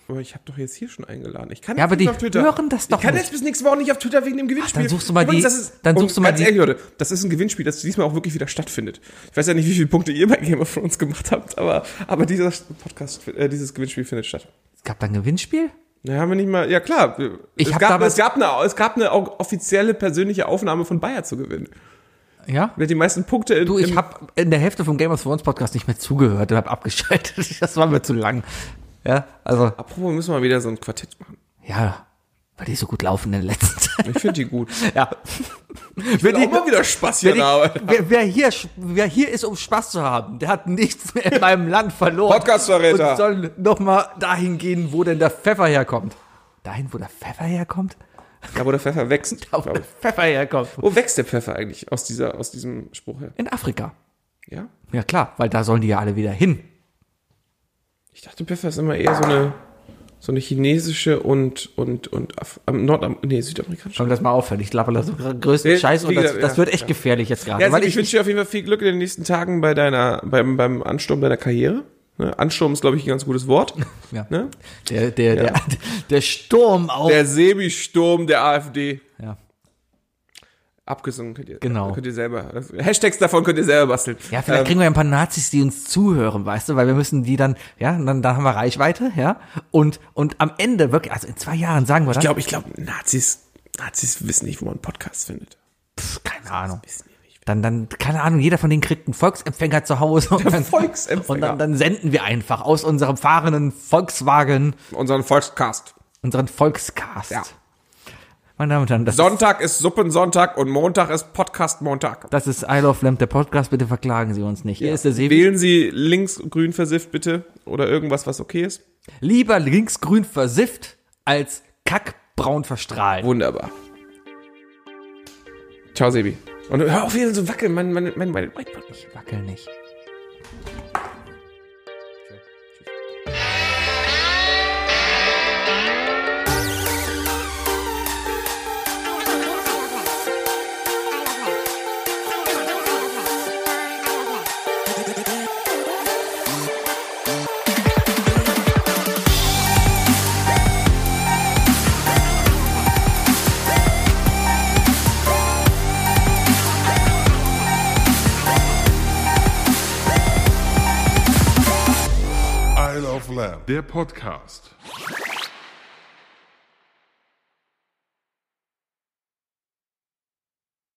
S4: Aber ich habe doch jetzt hier schon eingeladen. Ich kann
S3: Ja,
S4: jetzt
S3: aber
S4: nicht
S3: die
S4: auf Twitter.
S3: hören das doch
S4: Ich kann
S3: nicht.
S4: jetzt bis nächste Woche nicht auf Twitter wegen dem Gewinnspiel.
S3: dann suchst du mal die-
S4: das ist,
S3: dann
S4: und
S3: suchst du mal
S4: ganz
S3: die-
S4: ehrlich, Leute, das ist ein Gewinnspiel, das diesmal auch wirklich wieder stattfindet. Ich weiß ja nicht, wie viele Punkte ihr bei Game of Thrones gemacht habt, aber, aber dieser Podcast, äh, dieses Gewinnspiel findet statt.
S3: Es gab da ein Gewinnspiel?
S4: Na, haben wir nicht mal. Ja klar.
S3: Ich
S4: es,
S3: hab
S4: gab,
S3: damals-
S4: es, gab eine, es gab eine au- offizielle persönliche Aufnahme von Bayer zu gewinnen.
S3: Ja?
S4: Wer die meisten Punkte in,
S3: Du, ich
S4: im-
S3: habe in der Hälfte vom Game of Thrones Podcast nicht mehr zugehört und habe abgeschaltet. <laughs> Das war mir zu lang. Ja, also,
S4: Apropos, müssen wir mal wieder so ein Quartett machen.
S3: ja, weil die so gut laufen in der letzten Zeit.
S4: Ich finde die <laughs> gut.
S3: <laughs> Ja.
S4: Wenn auch mal wieder Spaß hier
S3: Wer,
S4: in der
S3: die,
S4: Arbeit.
S3: wer, wer, hier, sch- wer hier ist, um Spaß zu haben, der hat nichts mehr in meinem Land verloren.
S4: Podcast-Verräter.
S3: Und soll nochmal dahin gehen, wo denn der Pfeffer herkommt. Dahin, wo der Pfeffer herkommt?
S4: Da wo der Pfeffer <laughs> wächst.
S3: Da, wo
S4: glaub
S3: der
S4: ich.
S3: Pfeffer herkommt.
S4: Wo wächst der Pfeffer eigentlich aus, dieser, aus diesem Spruch her?
S3: In Afrika.
S4: Ja?
S3: Ja klar, weil da sollen die ja alle wieder hin.
S4: Ich dachte, Pfeffer ist immer eher so eine, so eine chinesische und, und, und Af am Nordam nee, südamerikanische.
S3: Schau mir das mal aufhören. Ich laber da so gr- größten
S4: Ja,
S3: Scheiß und
S4: wie
S3: das,
S4: gesagt,
S3: das
S4: ja,
S3: wird echt gefährlich jetzt gerade.
S4: Ja,
S3: weil
S4: also ich wünsche dir auf jeden Fall viel Glück in den nächsten Tagen bei deiner, beim, beim Ansturm deiner Karriere. Ne? Ansturm ist, glaube ich, ein ganz gutes <laughs> Wort.
S3: ja.
S4: Ne?
S3: der, der, der, <laughs> der Sturm auf.
S4: Der Sebi-Sturm der AfD.
S3: ja.
S4: Abgesungen könnt ihr.
S3: Genau.
S4: Könnt ihr selber. also Hashtags davon könnt ihr selber basteln.
S3: Ja, vielleicht
S4: Ähm,
S3: kriegen wir ein paar Nazis, die uns zuhören, weißt du, weil wir müssen die dann, ja, und dann, dann haben wir Reichweite, ja, und, und am Ende wirklich, also in zwei Jahren sagen wir dann,
S4: Ich glaube, ich glaube, Nazis, Nazis wissen nicht, wo man Podcasts findet.
S3: pf, keine Ahnung,
S4: Wissen die nicht.
S3: dann, dann, keine Ahnung, jeder von denen kriegt einen Volksempfänger zu Hause. Und dann,
S4: Volksempfänger.
S3: Und dann, dann senden wir einfach aus unserem fahrenden Volkswagen
S4: Unseren Volkscast.
S3: unseren Volkscast.
S4: Ja.
S3: Meine Damen und Herren, das, ist,
S4: Sonntag ist Suppensonntag und Montag ist Podcast-Montag.
S3: das ist I Love Lamp, der Podcast, bitte verklagen Sie uns nicht. Hier ist der Sebi.
S4: Wählen Sie links grün versifft, bitte. Oder irgendwas, was okay ist.
S3: Lieber linksgrün versifft als kackbraun verstrahlt.
S4: Wunderbar. Ciao, Sebi. Und hör auf, hier so wackeln. Mein, mein, mein, mein Whiteboard nicht.
S3: Ich wackel nicht.
S5: Thank
S4: der Podcast.